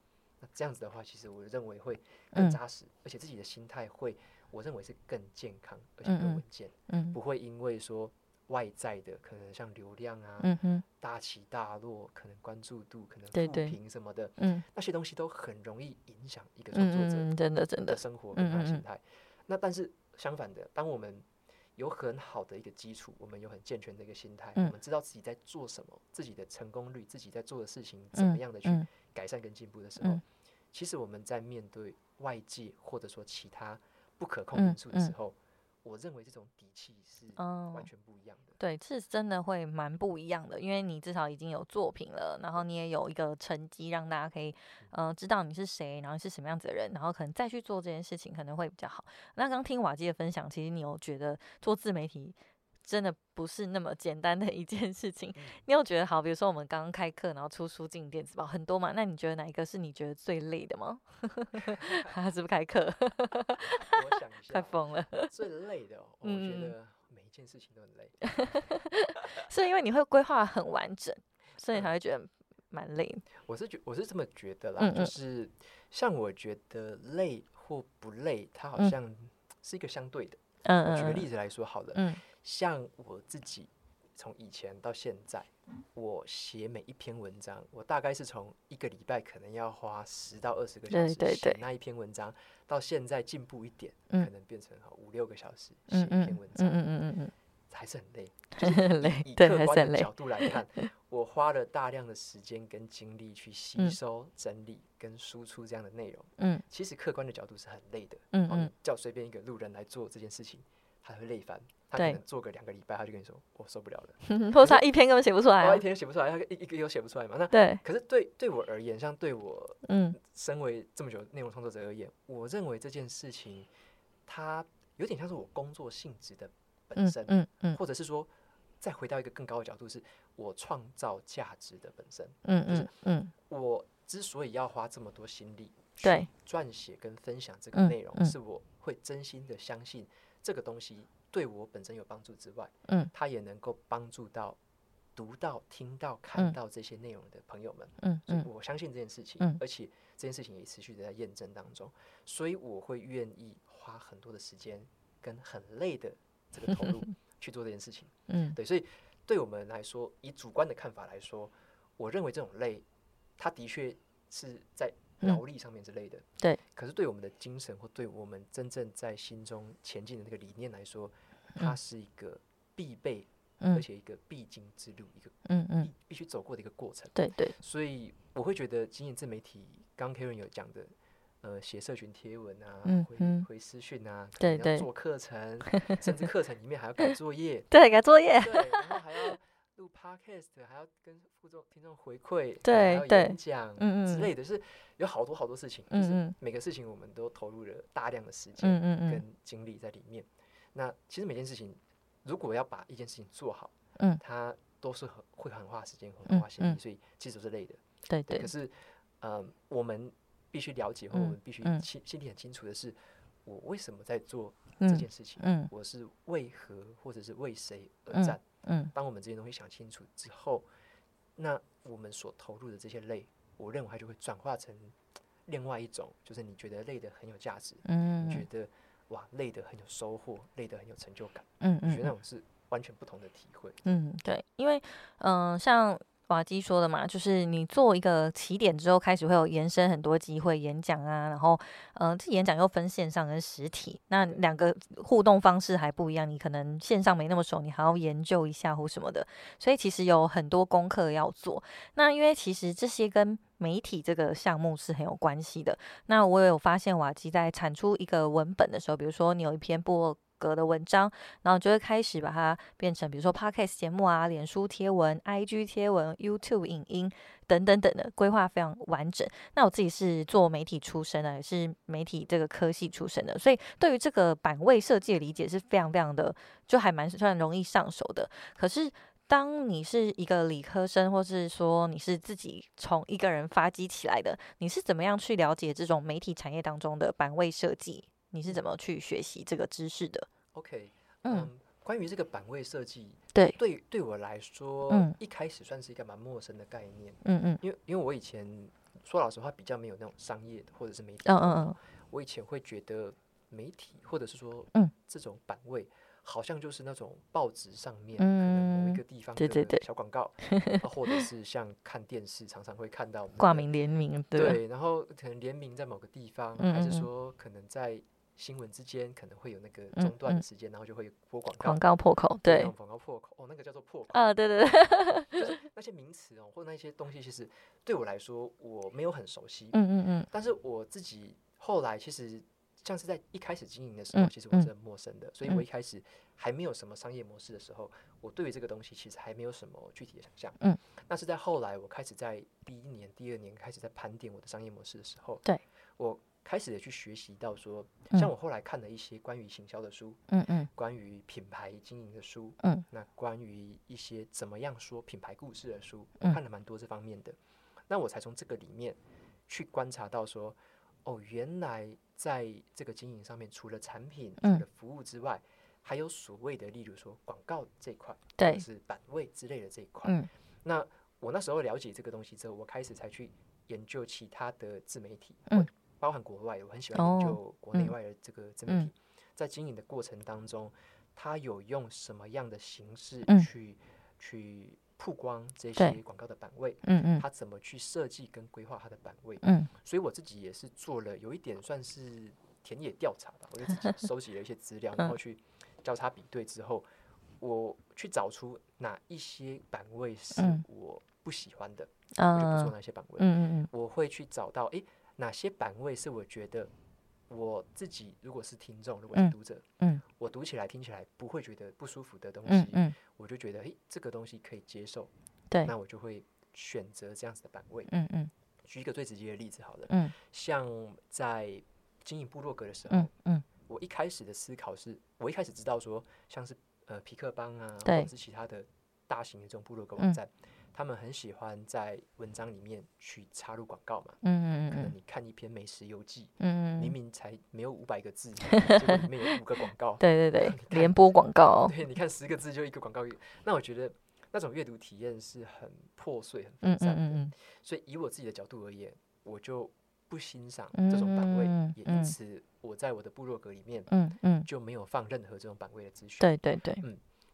Speaker 2: 那这样子的话，其实我认为会更
Speaker 1: 嗯
Speaker 2: 扎实，而且自己的心态会，我认为是更健康，而且更
Speaker 1: 嗯嗯
Speaker 2: 稳健，
Speaker 1: 嗯
Speaker 2: 不会因为说外在的可能像流量啊、
Speaker 1: 嗯嗯
Speaker 2: 大起大落，可能关注度、可能
Speaker 1: 对
Speaker 2: 负
Speaker 1: 对
Speaker 2: 评什么的，
Speaker 1: 嗯
Speaker 2: 那些东西都很容易影响一个创作者
Speaker 1: 嗯，真的真
Speaker 2: 的
Speaker 1: 的，
Speaker 2: 生活跟他
Speaker 1: 嗯
Speaker 2: 的
Speaker 1: 嗯
Speaker 2: 心
Speaker 1: 嗯
Speaker 2: 态。那但是相反的，当我们有很好的一个基础，我们有很健全的一个心态，我
Speaker 1: 嗯
Speaker 2: 们知道自己在做什么，自己的成功率，自己在做的事情怎么样的去
Speaker 1: 嗯
Speaker 2: 改善跟进步的时候，
Speaker 1: 嗯
Speaker 2: 其实我们在面对外界或者说其他不可控
Speaker 1: 嗯
Speaker 2: 因素的时
Speaker 1: 嗯
Speaker 2: 候，我认为这种底气是
Speaker 1: 嗯
Speaker 2: 完，全不一样的。
Speaker 1: 对，是真的会蛮不一样的，因为你至少已经有作品了，然后你也有一个成绩，让大家可以呃知道你是谁，然后是什么样子的人，然后可能再去做这件事情可能会比较好。那刚听瓦基的分享，其实你有觉得做自媒体？真的不是那么简单的一件事情，
Speaker 2: 嗯
Speaker 1: 你有觉得好？比如说我们刚刚开课，然后出书进电子报很多嘛，那你觉得哪一个是你觉得最累的吗？ (laughs) 他是不是开课 (laughs)
Speaker 2: 我想一
Speaker 1: 快
Speaker 2: 下，
Speaker 1: 疯了？
Speaker 2: 最累
Speaker 1: (laughs)
Speaker 2: 的、哦，我
Speaker 1: 嗯
Speaker 2: 觉得每一件事情都很累。
Speaker 1: 是因为你会规划得很完整，所以
Speaker 2: 嗯
Speaker 1: 才会觉得蛮累的。
Speaker 2: 我是觉我是这么觉得啦，
Speaker 1: 嗯
Speaker 2: 就
Speaker 1: 嗯
Speaker 2: 是像我觉得累或不累，它好
Speaker 1: 嗯
Speaker 2: 像是一个相对的。
Speaker 1: 嗯
Speaker 2: 我举个
Speaker 1: 嗯
Speaker 2: 例子来说好了，
Speaker 1: 嗯
Speaker 2: 像我自己从以前到现在，我写每一篇文章，我大概是从一个礼拜可能要花十到二十个小
Speaker 1: 对
Speaker 2: 时
Speaker 1: 对
Speaker 2: 写
Speaker 1: 对
Speaker 2: 那一篇文章，到现在进步一点，
Speaker 1: 嗯
Speaker 2: 可能变成五六个小时写一
Speaker 1: 嗯嗯
Speaker 2: 篇文
Speaker 1: 嗯
Speaker 2: 章，
Speaker 1: 嗯嗯
Speaker 2: 还是很累。
Speaker 1: 嗯，很累，
Speaker 2: 以
Speaker 1: 对，
Speaker 2: 客
Speaker 1: 还是
Speaker 2: 观
Speaker 1: 很
Speaker 2: 的
Speaker 1: 累
Speaker 2: 角。度来
Speaker 1: (laughs)
Speaker 2: 看，我花了大量的时间跟精力去吸
Speaker 1: 嗯
Speaker 2: 收、整理跟输出这样的内容。
Speaker 1: 嗯
Speaker 2: 其实客观的角度是很累的。
Speaker 1: 嗯
Speaker 2: 哦，你
Speaker 1: 嗯，
Speaker 2: 叫随便一个路人来做这件事情，他会累翻。他可
Speaker 1: 对
Speaker 2: 能做个两个礼拜，他就跟你说我受不了了。
Speaker 1: 嗯或是他一篇根本写不出来
Speaker 2: 然后
Speaker 1: 啊
Speaker 2: 一。天都写不出来，他一一个又写不出来嘛。那
Speaker 1: 对，
Speaker 2: 可是对对我而言，像对我
Speaker 1: 嗯
Speaker 2: 身为这么久的内容创作者而言，我认为这件事情它有点像是我工作性质的本
Speaker 1: 嗯
Speaker 2: 身。
Speaker 1: 嗯嗯
Speaker 2: 或者是说，再回到一个更高的角度，是我创造价值的本身。
Speaker 1: 嗯
Speaker 2: 就是
Speaker 1: 嗯嗯，
Speaker 2: 我之所以要花这么多心力
Speaker 1: 对
Speaker 2: 去撰写跟分享这个
Speaker 1: 嗯
Speaker 2: 内容，
Speaker 1: 嗯
Speaker 2: 是我会真心的相信这个东西对我本身有帮助之外，
Speaker 1: 嗯，
Speaker 2: 它也能够帮助到读到、听到、看
Speaker 1: 嗯
Speaker 2: 到这些内容的朋友们。
Speaker 1: 嗯
Speaker 2: 所以
Speaker 1: 嗯
Speaker 2: 我相信这件事情，
Speaker 1: 嗯
Speaker 2: 而且这件事情也持续的在验证当中，所以我会愿意花很多的时间跟很累的这个投入
Speaker 1: (laughs)
Speaker 2: 去做这件事情。
Speaker 1: 嗯
Speaker 2: 对，所以对我们来说，以主观的看法来说，我认为这种累，它的确是在
Speaker 1: 嗯
Speaker 2: 劳力上面之类的。
Speaker 1: 对。
Speaker 2: 可是对我们的精神或对我们真正在心中前进的那个理念来说，它
Speaker 1: 嗯
Speaker 2: 是一个必备，而
Speaker 1: 嗯
Speaker 2: 且一个必经之路，一个
Speaker 1: 嗯嗯
Speaker 2: 必，必须走过的一个过程。
Speaker 1: 对对，
Speaker 2: 所以我会觉得经营自媒体，刚刚 Karen 有讲的，呃，写社群贴文啊，
Speaker 1: 嗯
Speaker 2: 回
Speaker 1: 嗯
Speaker 2: 回私讯啊，可
Speaker 1: 对
Speaker 2: 能要
Speaker 1: 对
Speaker 2: 做课程，甚至课程里面还要改作业，
Speaker 1: 对，改作业。
Speaker 2: 对，然后还
Speaker 1: (laughs)
Speaker 2: 要录 podcast，还要跟负众听众回馈，
Speaker 1: 对
Speaker 2: 还要
Speaker 1: 对
Speaker 2: 演讲
Speaker 1: 嗯
Speaker 2: 之
Speaker 1: 嗯
Speaker 2: 类的，就是有好多好多事情，就
Speaker 1: 嗯
Speaker 2: 是
Speaker 1: 嗯
Speaker 2: 每个事情我们都投入了大量的时间
Speaker 1: 嗯嗯嗯，
Speaker 2: 跟精力在里面。那其实每件事情，如果要把一件事情做好，
Speaker 1: 嗯
Speaker 2: 它都是很会很花时间，很
Speaker 1: 嗯
Speaker 2: 花心力，
Speaker 1: 嗯
Speaker 2: 所以其实都是累的。
Speaker 1: 对
Speaker 2: 对，
Speaker 1: 对
Speaker 2: 可，是，嗯，我们必须了解，或我
Speaker 1: 嗯
Speaker 2: 们必须
Speaker 1: 嗯
Speaker 2: 清心里很清楚的是，我为什么在做这
Speaker 1: 嗯
Speaker 2: 件事情，
Speaker 1: 嗯
Speaker 2: 我是为何或者是为谁而
Speaker 1: 嗯
Speaker 2: 战。
Speaker 1: 嗯
Speaker 2: 当我们这些东西想清楚之后，那我们所投入的这些累，我认为它就会转化成另外一种，就是你觉得累的很有价值，你觉
Speaker 1: 嗯
Speaker 2: 得哇累的很有收获，累的很有成就感，
Speaker 1: 嗯
Speaker 2: 我觉得那
Speaker 1: 嗯
Speaker 2: 种是完全不同的体会。
Speaker 1: 嗯，对，因为嗯、呃像。瓦基说的嘛，就是你做一个起点之后，开始会有延伸很多机会，演讲啊，然后，呃，这演讲又分线上跟实体，那两个互动方式还不一样。你可能线上没那么熟，你还要研究一下或什么的，所以其实有很多功课要做。那因为其实这些跟媒体这个项目是很有关系的。那我也有发现，瓦基在产出一个文本的时候，比如说你有一篇部落格的文章，然后就会开始把它变成，比如说 podcast 节目啊、脸书贴文、IG 贴文、YouTube 影音等等等的规划非常完整。那我自己是做媒体出身啊的，也是媒体这个科系出身的，所以对于这个版位设计的理解是非常非常的，就还蛮算容易上手的。可是当你是一个理科生，或是说你是自己从一个人发迹起来的，你是怎么样去了解这种媒体产业当中的版位设计？你是怎么去学习这个知识的？
Speaker 2: OK，嗯，
Speaker 1: 嗯，
Speaker 2: 关于这个版位设计，
Speaker 1: 对，
Speaker 2: 对对我来说，
Speaker 1: 嗯
Speaker 2: 一开始算是一个蛮陌生的概念，
Speaker 1: 嗯嗯
Speaker 2: 因为因为我以前说老实话比较没有那种商业的或者是媒体的
Speaker 1: 嗯
Speaker 2: 头脑
Speaker 1: 嗯
Speaker 2: 我以前会觉得媒体或者是说，
Speaker 1: 嗯，
Speaker 2: 这种版位好像就是那种报纸上面、可能某一
Speaker 1: 嗯
Speaker 2: 个地方
Speaker 1: 对
Speaker 2: 的
Speaker 1: 对对
Speaker 2: 小广
Speaker 1: (laughs)
Speaker 2: 告，啊或者是像看电视常常会看到
Speaker 1: 嗯，挂
Speaker 2: 那个
Speaker 1: 名联名，对吧，
Speaker 2: 对，然后可能联名在某个地方，还
Speaker 1: 嗯嗯
Speaker 2: 是
Speaker 1: 嗯
Speaker 2: 说可能在新闻之间可能会有那个
Speaker 1: 嗯
Speaker 2: 中断
Speaker 1: 嗯
Speaker 2: 的时间，然后就会播广告
Speaker 1: 广，告破口，
Speaker 2: 那
Speaker 1: 对
Speaker 2: 种，广告破口，哦，那个叫做破口，
Speaker 1: 啊，对对对，
Speaker 2: 就是那些名词哦，或者那些东西，其实对我来说我没有很熟悉，
Speaker 1: 嗯嗯
Speaker 2: 但是我自己后来其实像是在一开始经营的时候，
Speaker 1: 嗯
Speaker 2: 其实我是
Speaker 1: 嗯
Speaker 2: 很陌生的，所以我
Speaker 1: 嗯
Speaker 2: 一开始还没有什么商业模式的时候，我对于这个东西其实还没有什么具体的想象。
Speaker 1: 嗯，
Speaker 2: 那是在后来我开始在第一年、第二年开始在盘点我的商业模式的时候，
Speaker 1: 对，
Speaker 2: 我开始的去学习到说，像
Speaker 1: 嗯
Speaker 2: 我后来看了一些关于行销的书，
Speaker 1: 嗯嗯
Speaker 2: 关于品牌经营的书，
Speaker 1: 嗯，
Speaker 2: 那关于一些怎么样说品牌故事的书，我
Speaker 1: 嗯
Speaker 2: 看了蛮多这方面的，那我才从这个里面去观察到说，哦，原来在这个经营上面，除了产品、除
Speaker 1: 嗯
Speaker 2: 了服务之外，还有所谓的，例如说广告这一块，或者
Speaker 1: 对，
Speaker 2: 是版位之类的这一块。
Speaker 1: 嗯
Speaker 2: 那我那时候了解这个东西之后，我开始才去研究其他的自媒体，
Speaker 1: 嗯
Speaker 2: 我包含国外的，我很喜欢
Speaker 1: 哦
Speaker 2: 研究国内
Speaker 1: 嗯
Speaker 2: 外的这个自媒体，
Speaker 1: 嗯
Speaker 2: 在经营的过程当中，他有用什么样的形式
Speaker 1: 嗯
Speaker 2: 去、去曝光这
Speaker 1: 对
Speaker 2: 些广告的版位，
Speaker 1: 嗯嗯
Speaker 2: 他怎么去设计跟规划他的版位，
Speaker 1: 嗯
Speaker 2: 所以我自己也是做了有一点算是田野调查吧，我就自
Speaker 1: (laughs)
Speaker 2: 己收集了一些资料，然
Speaker 1: 嗯
Speaker 2: 后去交叉比对之后，我去找出哪一些版位是
Speaker 1: 嗯
Speaker 2: 我不喜欢的，我就不做
Speaker 1: 嗯
Speaker 2: 哪些版位。
Speaker 1: 嗯嗯
Speaker 2: 我会去找到诶哪些版位是我觉得我自己如果是听众，如果是
Speaker 1: 嗯
Speaker 2: 读者，
Speaker 1: 嗯
Speaker 2: 我读起来听起来不会觉得不舒服的东西
Speaker 1: 嗯，嗯
Speaker 2: 我就觉得诶这个东西可以接受，
Speaker 1: 对
Speaker 2: 那我就会选择这样子的版位。
Speaker 1: 嗯嗯
Speaker 2: 举一个最直接的例子好了。
Speaker 1: 嗯
Speaker 2: 像在经营部落格的时候，
Speaker 1: 嗯嗯
Speaker 2: 我一开始的思考是，我一开始知道说，像是呃皮克邦啊，或
Speaker 1: 对
Speaker 2: 者是其他的大型的这种部落格网
Speaker 1: 嗯
Speaker 2: 站，他们很喜欢在文章里面去插入广告嘛。
Speaker 1: 嗯
Speaker 2: 可能
Speaker 1: 嗯
Speaker 2: 你看一篇美食游记，明
Speaker 1: 嗯，
Speaker 2: 明才没有五百
Speaker 1: (laughs)
Speaker 2: 个字，结果里面有五个广告。
Speaker 1: 对对对，联播广告，
Speaker 2: 对，你看十个字就一个广告，那我觉得那种阅读体验是很破碎、很
Speaker 1: 嗯
Speaker 2: 分散
Speaker 1: 嗯
Speaker 2: 的。
Speaker 1: 嗯
Speaker 2: 所以以我自己的角度而言，我就不欣赏这种版位，
Speaker 1: 嗯
Speaker 2: 也因
Speaker 1: 嗯
Speaker 2: 此我在我的部落格里面
Speaker 1: 嗯嗯嗯，
Speaker 2: 就没有放任何这种版位的资讯。
Speaker 1: 对对对，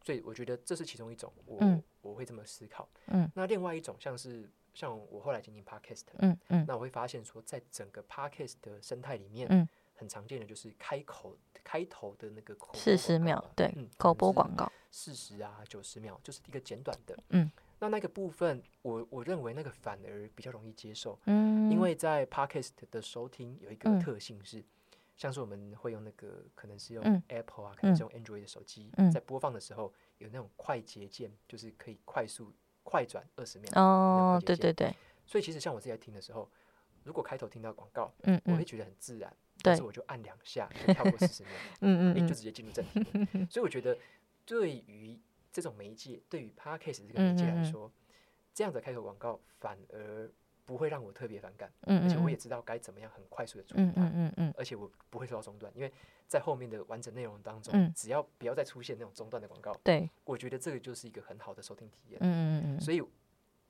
Speaker 2: 所以我觉得这是其中一种，我、
Speaker 1: 嗯
Speaker 2: 我会这么思考。
Speaker 1: 嗯
Speaker 2: 那另外一种像是像我后来经营 podcast，、
Speaker 1: 嗯嗯
Speaker 2: 那我会发现说，在整个 podcast 的生态里面，
Speaker 1: 嗯
Speaker 2: 很常见的就是开口开头的那个口播
Speaker 1: 四十
Speaker 2: 广告
Speaker 1: 秒
Speaker 2: 嘛，
Speaker 1: 对
Speaker 2: 嗯，
Speaker 1: 口播广
Speaker 2: 告。
Speaker 1: 告，
Speaker 2: 四十啊，九十秒，就是一个简短的。
Speaker 1: 嗯，
Speaker 2: 那那个部分，我我认为那个反而比较容易接受，
Speaker 1: 嗯，
Speaker 2: 因为在 podcast 的收听有一个
Speaker 1: 嗯
Speaker 2: 特性是，像是我们会用那个可能是用
Speaker 1: 嗯
Speaker 2: Apple 啊，可能
Speaker 1: 嗯
Speaker 2: 是用 Android 的手机，
Speaker 1: 嗯
Speaker 2: 在播放的时候有那种快捷键，就是可以快速快转二十秒。
Speaker 1: 哦，对对对，
Speaker 2: 所以其实像我自己在听的时候，如果开头听到广告，
Speaker 1: 嗯
Speaker 2: 我
Speaker 1: 嗯
Speaker 2: 会觉得很自然，但是
Speaker 1: 对
Speaker 2: 我就按两下就跳过四
Speaker 1: (laughs)
Speaker 2: 十秒，
Speaker 1: 嗯
Speaker 2: 诶就
Speaker 1: 嗯
Speaker 2: 直接进入正题了。 (laughs) 所以我觉得，对于这种媒介，对于 podcast 这个媒
Speaker 1: 嗯
Speaker 2: 介
Speaker 1: 嗯
Speaker 2: 来
Speaker 1: 嗯
Speaker 2: 说，这样的开头广告反而不会让我特别反感，
Speaker 1: 嗯
Speaker 2: 而且我也
Speaker 1: 嗯
Speaker 2: 知道该怎么样很快速的处理
Speaker 1: 嗯
Speaker 2: 它，
Speaker 1: 嗯嗯
Speaker 2: 而且我不会受到中断，因为在后面的完整内容当中，
Speaker 1: 嗯
Speaker 2: 只要不要再出现那种中断的广告，
Speaker 1: 对，
Speaker 2: 我觉得这个就是一个很好的收听体验。
Speaker 1: 嗯嗯嗯
Speaker 2: 所以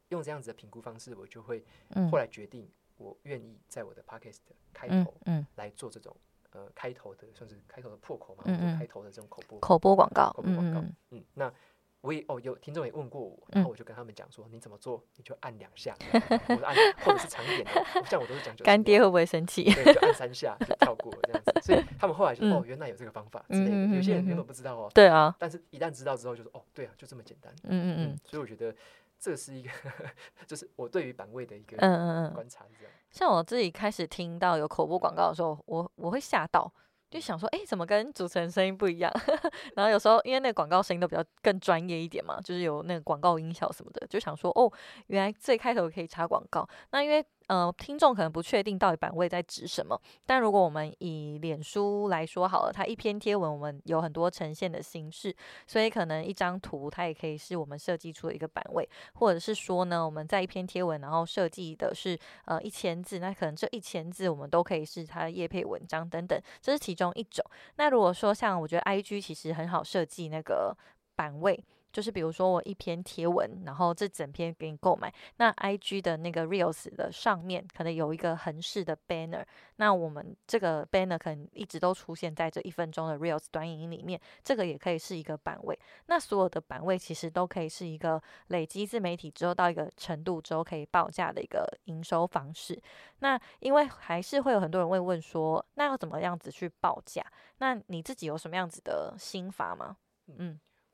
Speaker 2: 用这样子的评估方式，我就会
Speaker 1: 嗯，
Speaker 2: 后来决定，我愿意在我的 podcast 开
Speaker 1: 嗯
Speaker 2: 头
Speaker 1: 嗯
Speaker 2: 来做这种。呃，开头的算是开头的破口嘛，
Speaker 1: 嗯
Speaker 2: 或者
Speaker 1: 嗯
Speaker 2: 开头的这种口播，
Speaker 1: 口播广告
Speaker 2: 口，播广
Speaker 1: 嗯
Speaker 2: 告
Speaker 1: 嗯
Speaker 2: 嗯，那我也哦，有听众也问过我，然
Speaker 1: 嗯
Speaker 2: 后我就跟他们讲说，你怎么做，你就按两下，我说按，或者是长一点的，我像我都是讲90
Speaker 1: 干爹
Speaker 2: 秒
Speaker 1: 会不会生气？ (laughs)
Speaker 2: 对，就按三下就跳过这样子，所以他们后来就、哦，
Speaker 1: 嗯
Speaker 2: 原来有这个方法之类的，
Speaker 1: 嗯嗯
Speaker 2: 有些人
Speaker 1: 嗯
Speaker 2: 原
Speaker 1: 嗯
Speaker 2: 本不知道哦，
Speaker 1: 对啊，
Speaker 2: 但是一旦知道之后就说哦，对啊，就这么简单，
Speaker 1: 嗯嗯嗯。，
Speaker 2: 所以我觉得这是一个， (laughs) 就是我对于版位的一个
Speaker 1: 嗯嗯嗯，
Speaker 2: 观察是这样，
Speaker 1: 像我自己开始听到有口播广告的时候，我我会吓到，就想说，诶，怎么跟主持人声音不一样？ (laughs) 然后有时候因为那个广告声音都比较更专业一点嘛，就是有那个广告音效什么的，就想说，哦，原来最开头可以插广告。那因为呃，听众可能不确定到底版位在指什么，但如果我们以脸书来说好了，它一篇贴文我们有很多呈现的形式，所以可能一张图它也可以是我们设计出的一个版位，或者是说呢，我们在一篇贴文然后设计的是呃一千字，那可能这一千字我们都可以是它的业配文章等等，这是其中一种。那如果说像我觉得 I G 其实很好设计那个版位。就是比如说我一篇贴文，然后这整篇给你购买，那 I G 的那个 Reels 的上面可能有一个横式的 banner，那我们这个 banner 可能一直都出现在这一分钟的 Reels 短影音里面，这个也可以是一个版位。那所有的版位其实都可以是一个累积自媒体之后到一个程度之后可以报价的一个营收方式。那因为还是会有很多人会问说，那要怎么样子去报价？那你自己有什么样子的心法吗？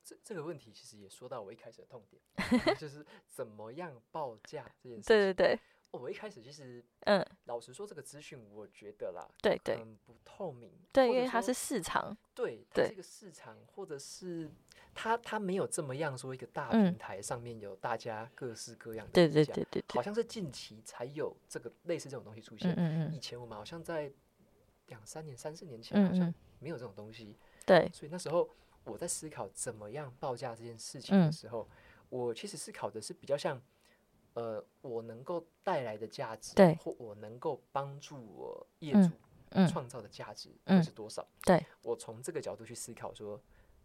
Speaker 2: 这这个问题
Speaker 1: (laughs)
Speaker 2: 其实也说到我一开始的痛点，就是怎么样报价这件事情。
Speaker 1: 对对对，
Speaker 2: 哦我一开始其实
Speaker 1: 嗯，
Speaker 2: 老实说，这个资讯我觉得啦，
Speaker 1: 对对
Speaker 2: 很不透明，
Speaker 1: 对，
Speaker 2: 或
Speaker 1: 因
Speaker 2: 者
Speaker 1: 为它是
Speaker 2: 说
Speaker 1: 市场，
Speaker 2: 对它
Speaker 1: 对
Speaker 2: 这个市场，或者是它它没有这么样说一个大
Speaker 1: 嗯
Speaker 2: 平台上面有大家各式各样的
Speaker 1: 对
Speaker 2: 评
Speaker 1: 对
Speaker 2: 价
Speaker 1: 对对
Speaker 2: 好
Speaker 1: 对，
Speaker 2: 像是近期才有这个类似这种东西出
Speaker 1: 嗯
Speaker 2: 现。
Speaker 1: 嗯
Speaker 2: 以
Speaker 1: 嗯，
Speaker 2: 前我们好像在两三年、三四年前
Speaker 1: 嗯
Speaker 2: 好像
Speaker 1: 嗯
Speaker 2: 没有这种东西，
Speaker 1: 对，
Speaker 2: 所以那时候我在思考怎么样报价这件事情的
Speaker 1: 嗯
Speaker 2: 时候，我其实思考的是比较像，呃，我能够带来的价值，
Speaker 1: 对
Speaker 2: 或我能够帮助我业
Speaker 1: 嗯
Speaker 2: 主
Speaker 1: 嗯
Speaker 2: 创造的价值
Speaker 1: 嗯
Speaker 2: 会是多少？
Speaker 1: 对
Speaker 2: 我从这个角度去思考说。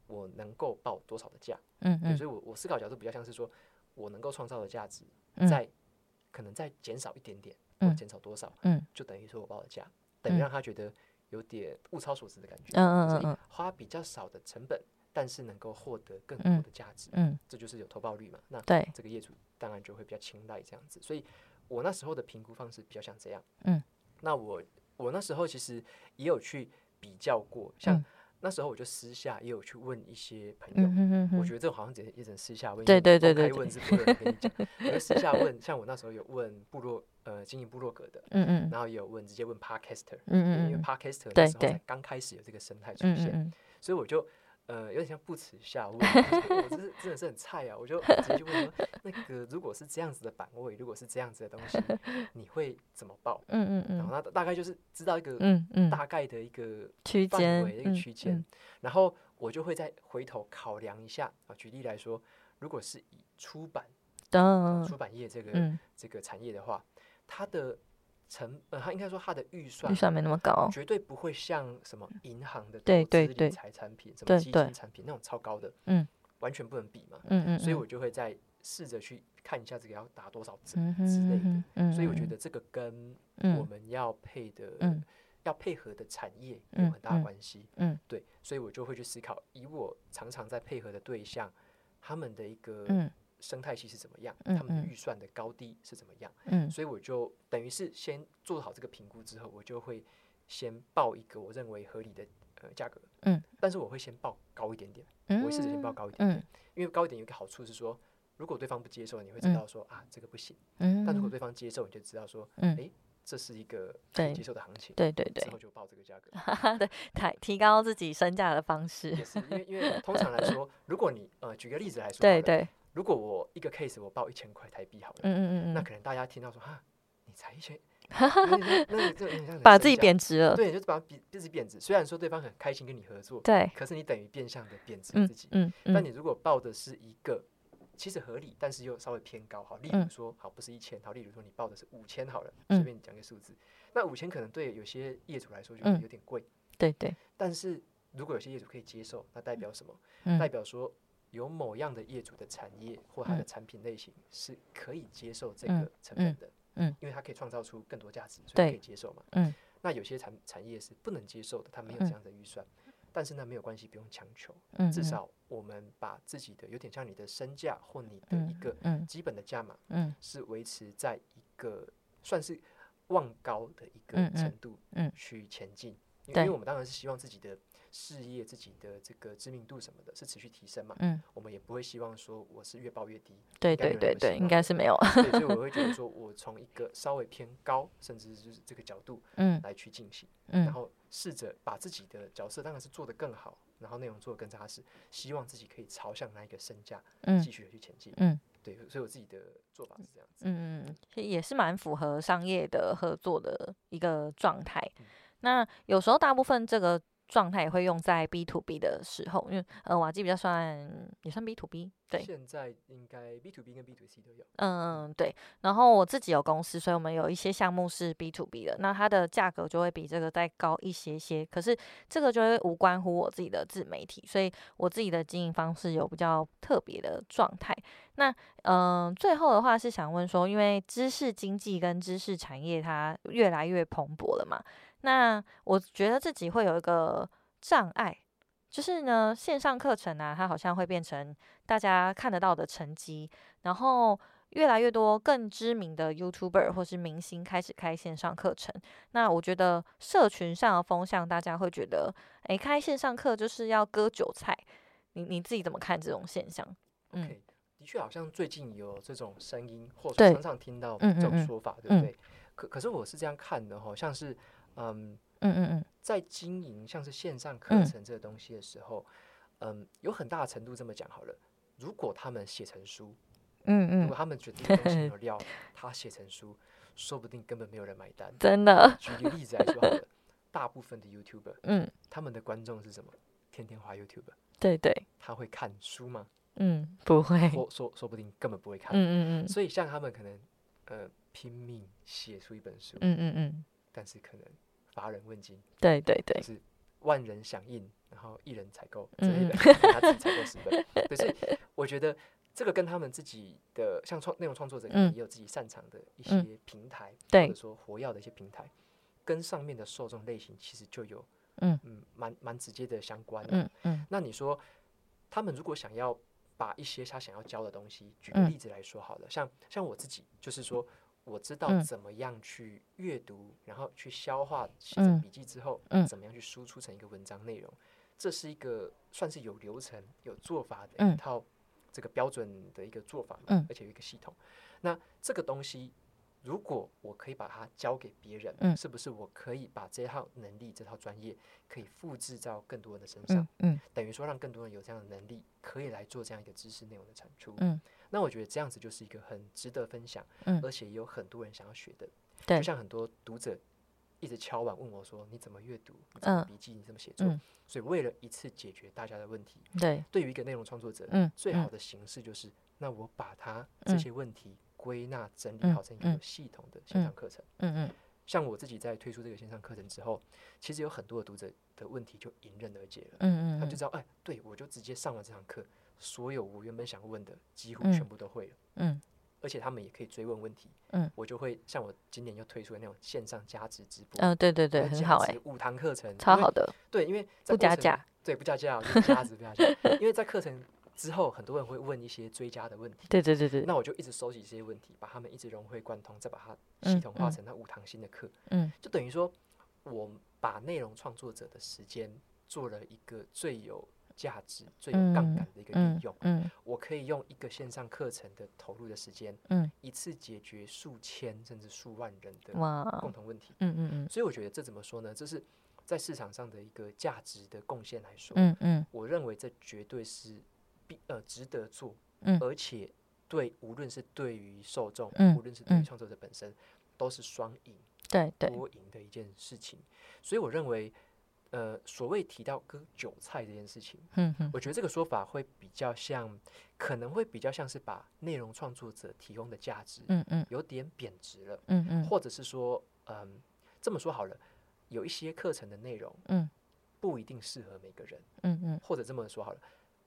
Speaker 2: 我能够报多少的价？
Speaker 1: 嗯
Speaker 2: 对
Speaker 1: 嗯
Speaker 2: 所以我我思考角度比较像是说，我能够创造的价值
Speaker 1: 嗯，
Speaker 2: 再可能再减少一点点，或
Speaker 1: 嗯
Speaker 2: 减少多少，
Speaker 1: 嗯
Speaker 2: 就等于说我报的价，等于
Speaker 1: 嗯
Speaker 2: 让他觉得有点物超所值的感觉。
Speaker 1: 嗯
Speaker 2: 所
Speaker 1: 嗯
Speaker 2: 以
Speaker 1: 嗯
Speaker 2: 花比较少的成本，但是能够获得更
Speaker 1: 嗯
Speaker 2: 多的价值，
Speaker 1: 嗯，
Speaker 2: 这就是有投报率嘛。那
Speaker 1: 对，
Speaker 2: 这个业主当然就会比较青睐这样子。所以我那时候的评估方式比较像这样。
Speaker 1: 嗯，
Speaker 2: 那我我那时候其实也有去比较过，像
Speaker 1: 嗯
Speaker 2: 那时候我就私下也有去问一些朋友。
Speaker 1: 嗯哼哼
Speaker 2: 我
Speaker 1: 哼，
Speaker 2: 觉得这种好像只能也只能私下问，
Speaker 1: 对
Speaker 2: 因为
Speaker 1: 对
Speaker 2: 公
Speaker 1: 对
Speaker 2: 开
Speaker 1: 对
Speaker 2: 问是不能跟你
Speaker 1: (laughs)
Speaker 2: 讲。我就私下问，像我那时候有问部落呃经营部落格的，
Speaker 1: 嗯嗯
Speaker 2: 然后也有问直接问 podcaster，
Speaker 1: 嗯嗯
Speaker 2: 因为
Speaker 1: 嗯
Speaker 2: podcaster 那
Speaker 1: 对
Speaker 2: 时候才
Speaker 1: 对
Speaker 2: 刚开始有这个生态出
Speaker 1: 嗯
Speaker 2: 现，
Speaker 1: 嗯
Speaker 2: 所以我就呃有点像不耻下问，啊就是我真是真的是很菜啊！我就直接去问说，那个如果是这样子的版位，如果是这样子的东西，你会怎么报？
Speaker 1: (laughs) 嗯嗯
Speaker 2: 然
Speaker 1: 嗯
Speaker 2: 后那大概就是知道一个
Speaker 1: 嗯嗯，
Speaker 2: 大概的一个
Speaker 1: 区
Speaker 2: 范
Speaker 1: 间
Speaker 2: 围的一个
Speaker 1: 嗯
Speaker 2: 区间
Speaker 1: 嗯，
Speaker 2: 然后我就会再回头考量一下啊。举例来说，如果是以出版
Speaker 1: 嗯
Speaker 2: 出版业这个
Speaker 1: 嗯，
Speaker 2: 这个产业的话，它的成呃，它应该说它的预算
Speaker 1: 预算没那么高，
Speaker 2: 绝对不会像什么银行的
Speaker 1: 嗯对
Speaker 2: 投
Speaker 1: 对
Speaker 2: 资理
Speaker 1: 对
Speaker 2: 财产品、什
Speaker 1: 对
Speaker 2: 么基
Speaker 1: 对
Speaker 2: 金产品那种超高的，
Speaker 1: 嗯，
Speaker 2: 完全不能比嘛。
Speaker 1: 嗯嗯，
Speaker 2: 所以
Speaker 1: 嗯
Speaker 2: 我就会再试着去看一下这个要打多少折。
Speaker 1: 嗯
Speaker 2: 之类的
Speaker 1: 哼哼
Speaker 2: 所以我觉
Speaker 1: 嗯
Speaker 2: 得这个跟
Speaker 1: 嗯
Speaker 2: 我们要配的、
Speaker 1: 嗯
Speaker 2: 要配合的产业有
Speaker 1: 嗯
Speaker 2: 很
Speaker 1: 嗯
Speaker 2: 大的关系。
Speaker 1: 嗯
Speaker 2: 对，所以我就会去思考，以我常常在配合的对象，他们的一个
Speaker 1: 嗯
Speaker 2: 生态系是怎么样，
Speaker 1: 嗯
Speaker 2: 他们的
Speaker 1: 嗯
Speaker 2: 预算的高低是怎么样。
Speaker 1: 嗯
Speaker 2: 所以我就等于是先做好这个评估之后，我就会先报一个我认为合理的呃价格，
Speaker 1: 嗯，
Speaker 2: 但是我会先报高一点点，
Speaker 1: 嗯，
Speaker 2: 我会试着先报高一点点，
Speaker 1: 嗯
Speaker 2: 因为高一点有一个好处是说，如果对方不接受，你会知
Speaker 1: 嗯
Speaker 2: 道说、啊这个不行，
Speaker 1: 嗯，
Speaker 2: 但如果对方接受，你就知道说
Speaker 1: 嗯
Speaker 2: 诶这是一个可
Speaker 1: 对
Speaker 2: 以接受的行情，
Speaker 1: 对对对
Speaker 2: 之，后就报这个价格，
Speaker 1: 对，抬提高自己身价的方式，
Speaker 2: 也是因为因为通常来说，如果你呃举个例子来说，
Speaker 1: 对，对，
Speaker 2: 如果我一个 case 我报一千块台币好了，
Speaker 1: 嗯嗯嗯
Speaker 2: 那
Speaker 1: 嗯，
Speaker 2: 可能大家听到说哈你才一千。有点像那个就有点像人
Speaker 1: 把
Speaker 2: 生
Speaker 1: 自己
Speaker 2: 下
Speaker 1: 贬值了，
Speaker 2: 对，就是把它贬，就是贬值。虽然说对方很开心跟你合作，
Speaker 1: 对，
Speaker 2: 可是你等于变相的贬值
Speaker 1: 嗯
Speaker 2: 自己。
Speaker 1: 嗯
Speaker 2: 但
Speaker 1: 嗯
Speaker 2: 你如果报的是一个其实合理，但是又稍微偏高，好，例
Speaker 1: 嗯
Speaker 2: 如说，好，不是一千，好，例如说你报的是五千好了，随
Speaker 1: 嗯
Speaker 2: 便你讲个数字。那五千可能对有些业主来说觉得
Speaker 1: 嗯
Speaker 2: 有点贵，
Speaker 1: 对对，
Speaker 2: 但是如果有些业主可以接受，那代表什么？
Speaker 1: 嗯
Speaker 2: 代表说有某样的业主的产业或他的
Speaker 1: 嗯
Speaker 2: 产品类型是可以接受这
Speaker 1: 嗯
Speaker 2: 个成本
Speaker 1: 嗯
Speaker 2: 的，
Speaker 1: 嗯
Speaker 2: 因为它可以创造出更多价值，所以
Speaker 1: 对
Speaker 2: 可以接受嘛，
Speaker 1: 嗯，
Speaker 2: 那有些产产业是不能接受的，它没有
Speaker 1: 嗯
Speaker 2: 这样的预算，但是那没有关系，不用强求，
Speaker 1: 嗯
Speaker 2: 至
Speaker 1: 嗯
Speaker 2: 少我们把自己的有点像你的身价或你的一
Speaker 1: 嗯
Speaker 2: 个
Speaker 1: 嗯
Speaker 2: 基本的价码
Speaker 1: 嗯
Speaker 2: 是维持在一个算是望高的一个
Speaker 1: 嗯嗯
Speaker 2: 程度
Speaker 1: 嗯
Speaker 2: 去前进，因为
Speaker 1: 对
Speaker 2: 因为我们当然是希望自己的事业、自己的这个知名度什么的是持续提升嘛，
Speaker 1: 嗯，
Speaker 2: 我们也不会希望说我是越报越
Speaker 1: (laughs)
Speaker 2: 低，
Speaker 1: 对
Speaker 2: 应该
Speaker 1: 对
Speaker 2: 没有人
Speaker 1: 嗯对
Speaker 2: 会
Speaker 1: 对，
Speaker 2: 希
Speaker 1: 应
Speaker 2: 望
Speaker 1: 该
Speaker 2: 的
Speaker 1: 是没有，
Speaker 2: 所以所以我会觉得说我从一个稍微偏高，甚至就是这个角度
Speaker 1: 嗯
Speaker 2: 来去进行。然
Speaker 1: 嗯
Speaker 2: 后试着把自己的角色当然是做得更好，然后内容做得更扎实，希望自己可以朝向那一个身价
Speaker 1: 嗯
Speaker 2: 继续的去前进。
Speaker 1: 嗯
Speaker 2: 对，所以我自己的做法是这样子。
Speaker 1: 嗯，其实也是蛮符合商业的合作的一个状态。那有时候大部分这个状态也会用在 B to B 的时候，因为呃瓦基比较算也算 B to B，对，
Speaker 2: 现在应该 B to B 跟 B to C 都有。
Speaker 1: 嗯，对。然后我自己有公司，所以我们有一些项目是 B to B 的，那它的价格就会比这个再高一些些。可是这个就会无关乎我自己的自媒体，所以我自己的经营方式有比较特别的状态。那嗯、呃最后的话是想问说，因为知识经济跟知识产业它越来越蓬勃了嘛，那我觉得自己会有一个障碍。就是呢，线上课程啊，它好像会变成大家看得到的成绩，然后越来越多更知名的 YouTuber 或是明星开始开线上课程，那我觉得社群上的风向，大家会觉得，诶，开线上课就是要割韭菜，你你自己怎么看这种现象？嗯
Speaker 2: OK，的确好像最近有这种声音，或者
Speaker 1: 对
Speaker 2: 常常听到
Speaker 1: 嗯嗯
Speaker 2: 这
Speaker 1: 嗯
Speaker 2: 种说法，对
Speaker 1: 嗯
Speaker 2: 不对？可可是我是这样看的哈，像是嗯，
Speaker 1: 嗯嗯嗯，
Speaker 2: 在经营像是线上课
Speaker 1: 嗯
Speaker 2: 程这个东西的时候，嗯，有很大的程度这么讲好了。如果他们写成书，
Speaker 1: 嗯嗯
Speaker 2: 如果，他们觉得这个东西有
Speaker 1: (laughs)
Speaker 2: 料，他写成书，说不定根本没有人买单。
Speaker 1: 真的，
Speaker 2: 举个例子来说好了，大部分的 YouTuber
Speaker 1: 嗯，
Speaker 2: 他们的观众是什么？天天滑 YouTuber，
Speaker 1: 对对，
Speaker 2: 他会看书吗？
Speaker 1: 嗯，不会，
Speaker 2: 或说说不定根本不会看。
Speaker 1: 嗯嗯嗯
Speaker 2: 所以像他们可能呃拼命写出一本书，
Speaker 1: 嗯嗯嗯，
Speaker 2: 但是可能乏人问津，
Speaker 1: 对对
Speaker 2: 就
Speaker 1: 对，
Speaker 2: 是万人响应，然后一人采购之类
Speaker 1: 嗯
Speaker 2: 的，可能他自己采购十本。对，
Speaker 1: (laughs)
Speaker 2: 所以我觉得这个跟他们自己的像创内容创作者，可能
Speaker 1: 嗯
Speaker 2: 也有自己擅长的一
Speaker 1: 嗯
Speaker 2: 些平台，或
Speaker 1: 对
Speaker 2: 者说活跃的一些平台，跟上面的受众类型其实就有
Speaker 1: 嗯
Speaker 2: 嗯蛮蛮直接的相关的。
Speaker 1: 嗯嗯
Speaker 2: 那你说，他们如果想要把一些他想要教的东西，举个
Speaker 1: 嗯
Speaker 2: 例子来说好了，像像我自己，就是说我知道
Speaker 1: 嗯
Speaker 2: 怎么样去阅读，然后去消化写
Speaker 1: 嗯
Speaker 2: 成笔记之后，
Speaker 1: 嗯
Speaker 2: 怎么样去输出成一个文章内容，这是一个算是有流程、有做法的
Speaker 1: 嗯
Speaker 2: 一套这个标准的一个做法嘛，
Speaker 1: 嗯
Speaker 2: 而且有一个系统。那这个东西。如果我可以把它交给别人，
Speaker 1: 嗯
Speaker 2: 是不是我可以把这套能力、这套专业可以复制到更多人的身上？
Speaker 1: 嗯嗯
Speaker 2: 等于说让更多人有这样的能力，可以来做这样一个知识内容的产出。
Speaker 1: 嗯，
Speaker 2: 那我觉得这样子就是一个很值得分享，
Speaker 1: 嗯
Speaker 2: 而且也有很多人想要学的。
Speaker 1: 对
Speaker 2: 就像很多读者一直敲碗问我说：“你怎么阅读？你怎么
Speaker 1: 嗯
Speaker 2: 笔记？你怎么写作？”
Speaker 1: 嗯
Speaker 2: 所以为了一次解决大家的问题，
Speaker 1: 对，
Speaker 2: 对于一个内容创作者，
Speaker 1: 嗯，
Speaker 2: 最
Speaker 1: 嗯
Speaker 2: 好的形式就是，那我把它这
Speaker 1: 嗯
Speaker 2: 些问题归纳整理
Speaker 1: 嗯
Speaker 2: 好成一个有
Speaker 1: 嗯
Speaker 2: 系统的线上
Speaker 1: 嗯
Speaker 2: 课程。
Speaker 1: 嗯嗯
Speaker 2: 像我自己在推出这个线上课程之后，其实有很多的读者的问题就迎刃而解了。
Speaker 1: 嗯嗯，
Speaker 2: 他
Speaker 1: 嗯
Speaker 2: 就知道，哎，对我就直接上完这堂课，所有我原本想问的几乎
Speaker 1: 嗯
Speaker 2: 全部都会了，
Speaker 1: 嗯
Speaker 2: 而且他们也可以追问问题。
Speaker 1: 嗯，
Speaker 2: 我就会像我今年又推出的那种线上价值直播，
Speaker 1: 嗯，对对对，很好哎，
Speaker 2: 五堂课程
Speaker 1: 超
Speaker 2: 因为
Speaker 1: 好的，
Speaker 2: 对，因为
Speaker 1: 不
Speaker 2: 在过
Speaker 1: 加
Speaker 2: 程里
Speaker 1: 价，
Speaker 2: 对，不加价，哦就是价值
Speaker 1: (laughs)
Speaker 2: 不加价，因为在课程之后，很多人会问一些追加的问题，
Speaker 1: 对对对对，
Speaker 2: 那我就一直收集这些问题，把他们一直融会贯通，再把它
Speaker 1: 嗯
Speaker 2: 系统化
Speaker 1: 嗯
Speaker 2: 成那五堂新的课，
Speaker 1: 嗯
Speaker 2: 就等于说我把内容创作者的时间做了一个最有价值、最有杠
Speaker 1: 嗯
Speaker 2: 杆的一个
Speaker 1: 嗯
Speaker 2: 利用。
Speaker 1: 嗯
Speaker 2: 我可以用一个线上课程的投入的时间，
Speaker 1: 嗯，
Speaker 2: 一次解决数千甚至数万人的
Speaker 1: 哇，
Speaker 2: 共同问题。
Speaker 1: 嗯嗯嗯
Speaker 2: 所以我觉得这怎么说呢？这是在市场上的一个价值的贡献来说，
Speaker 1: 嗯嗯
Speaker 2: 我认为这绝对是必呃值得做，
Speaker 1: 嗯
Speaker 2: 而且对无论是对于受众，
Speaker 1: 嗯
Speaker 2: 无论是对于
Speaker 1: 嗯
Speaker 2: 创作者本身，都是双赢。
Speaker 1: 对对，
Speaker 2: 多赢的一件事情。所以我认为，呃，所谓提到割韭菜这件事情，
Speaker 1: 嗯嗯
Speaker 2: 我觉得这个说法会比较像，可能会比较像是把内容创作者提供的价值
Speaker 1: 嗯嗯
Speaker 2: 有点贬值了，
Speaker 1: 嗯嗯
Speaker 2: 或者是说，嗯，这么说好了，有一些课程的内容
Speaker 1: 嗯
Speaker 2: 不一定适合每个人，
Speaker 1: 嗯嗯，
Speaker 2: 或者这么说好了。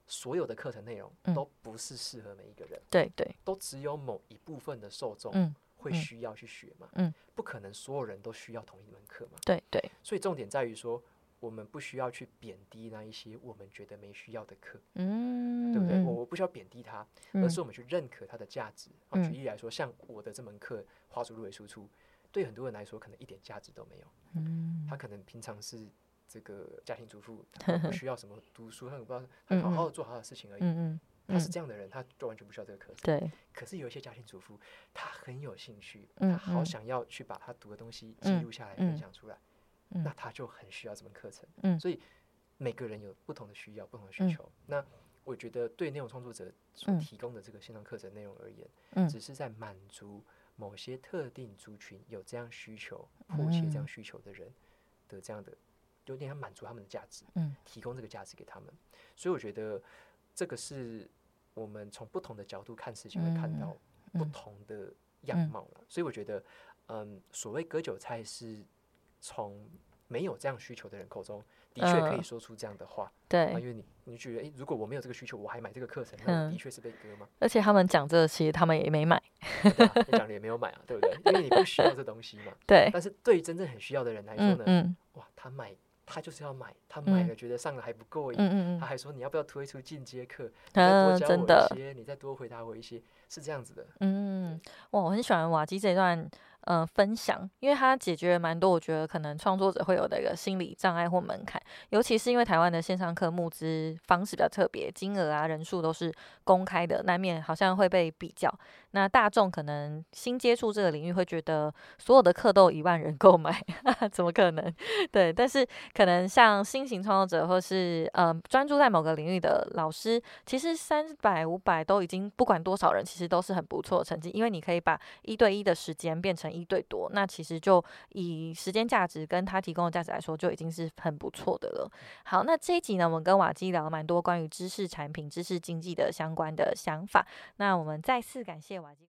Speaker 2: 所有的课程内容
Speaker 1: 嗯
Speaker 2: 都不是适合每一个人，
Speaker 1: 对对，
Speaker 2: 都只有某一部分的受众
Speaker 1: 嗯
Speaker 2: 会
Speaker 1: 嗯
Speaker 2: 需要去学嘛，
Speaker 1: 嗯
Speaker 2: 不可能所有人都需要同一门课嘛，
Speaker 1: 对对，
Speaker 2: 所以重点在于说，我们不需要去贬低那一些我们觉得没需要的课，
Speaker 1: 嗯，
Speaker 2: 对不对？我我不需要贬低它，而
Speaker 1: 嗯
Speaker 2: 是我们去认可它的价值。啊，举
Speaker 1: 嗯
Speaker 2: 例来说，像我的这门课《花束入围输出》，对很多人来说可能一点价值都没有。
Speaker 1: 嗯
Speaker 2: 他可能平常是这个家庭主妇，他可能不需要什么读书，他可能不知道，他
Speaker 1: (laughs) 嗯
Speaker 2: 好
Speaker 1: 嗯
Speaker 2: 好的做好他的事情而已。
Speaker 1: 嗯嗯，
Speaker 2: 他是
Speaker 1: 嗯
Speaker 2: 这样的人，他就完全不需要这个课程。
Speaker 1: 对，
Speaker 2: 可是有一些家庭主妇，她很有兴趣，她
Speaker 1: 嗯
Speaker 2: 好
Speaker 1: 嗯
Speaker 2: 想要去把她读的东西记
Speaker 1: 嗯
Speaker 2: 录下来，分
Speaker 1: 嗯
Speaker 2: 享出来，
Speaker 1: 嗯
Speaker 2: 那她就很需要这门课程。
Speaker 1: 嗯
Speaker 2: 所以每个人有不同的需要，不同的需
Speaker 1: 嗯
Speaker 2: 求。那我觉得对内容创作者所
Speaker 1: 嗯
Speaker 2: 提供的这个线上课程内容而言，
Speaker 1: 嗯
Speaker 2: 只是在满足某些特定族群有这样需求、迫切这样
Speaker 1: 嗯
Speaker 2: 需求的人的这样的，有点像满足他们的价值，
Speaker 1: 嗯
Speaker 2: 提供这个价值给他们。所以我觉得这个是我们从不同的角度看事情会看
Speaker 1: 嗯
Speaker 2: 到不
Speaker 1: 嗯
Speaker 2: 同的样
Speaker 1: 嗯
Speaker 2: 貌了。所以我觉得，嗯，所谓割韭菜是从没有这样需求的人口中，的确可以
Speaker 1: 呃
Speaker 2: 说出这样的话。啊，
Speaker 1: 对，
Speaker 2: 因为你你觉得，诶，如果我没有这个需求，我还买这个课程，那我的
Speaker 1: 嗯
Speaker 2: 确是被割嘛。
Speaker 1: 而且他们讲这个，其实他们也没买，
Speaker 2: (laughs) 对啊你讲了也没有买啊，对不对？因为你不需要这东西嘛。
Speaker 1: (laughs) 对，
Speaker 2: 但是对于真正很需要的人来说
Speaker 1: 嗯
Speaker 2: 呢，
Speaker 1: 嗯
Speaker 2: 哇，他买他就是要买，他买
Speaker 1: 嗯
Speaker 2: 了觉得上的还不过瘾，
Speaker 1: 嗯嗯
Speaker 2: 他还说你要不要推出进阶课，你再多
Speaker 1: 嗯，
Speaker 2: 教
Speaker 1: 真的
Speaker 2: 我一，些，你再多回答我一些，是这样子的。
Speaker 1: 嗯，哇，我很喜欢瓦基这一段呃分享，因为它解决了蛮多我觉得可能创作者会有的一个心理障碍或门槛，尤其是因为台湾的线上课募资方式比较特别，金额啊人数都是公开的，难免好像会被比较。那大众可能新接触这个领域会觉得所有的课都有一万人购买， (laughs) 怎么可能？对，但是可能像新型创作者或是呃专注在某个领域的老师，其实三百、五百都已经不管多少人，其实都是很不错的成绩，因为你可以把一对一的时间变成一对多，那其实就以时间价值跟他提供的价值来说，就已经是很不错的了。好，那这一集呢，我们跟瓦基聊了蛮多关于知识产品、知识经济的相关的想法，那我们再次感谢瓦基。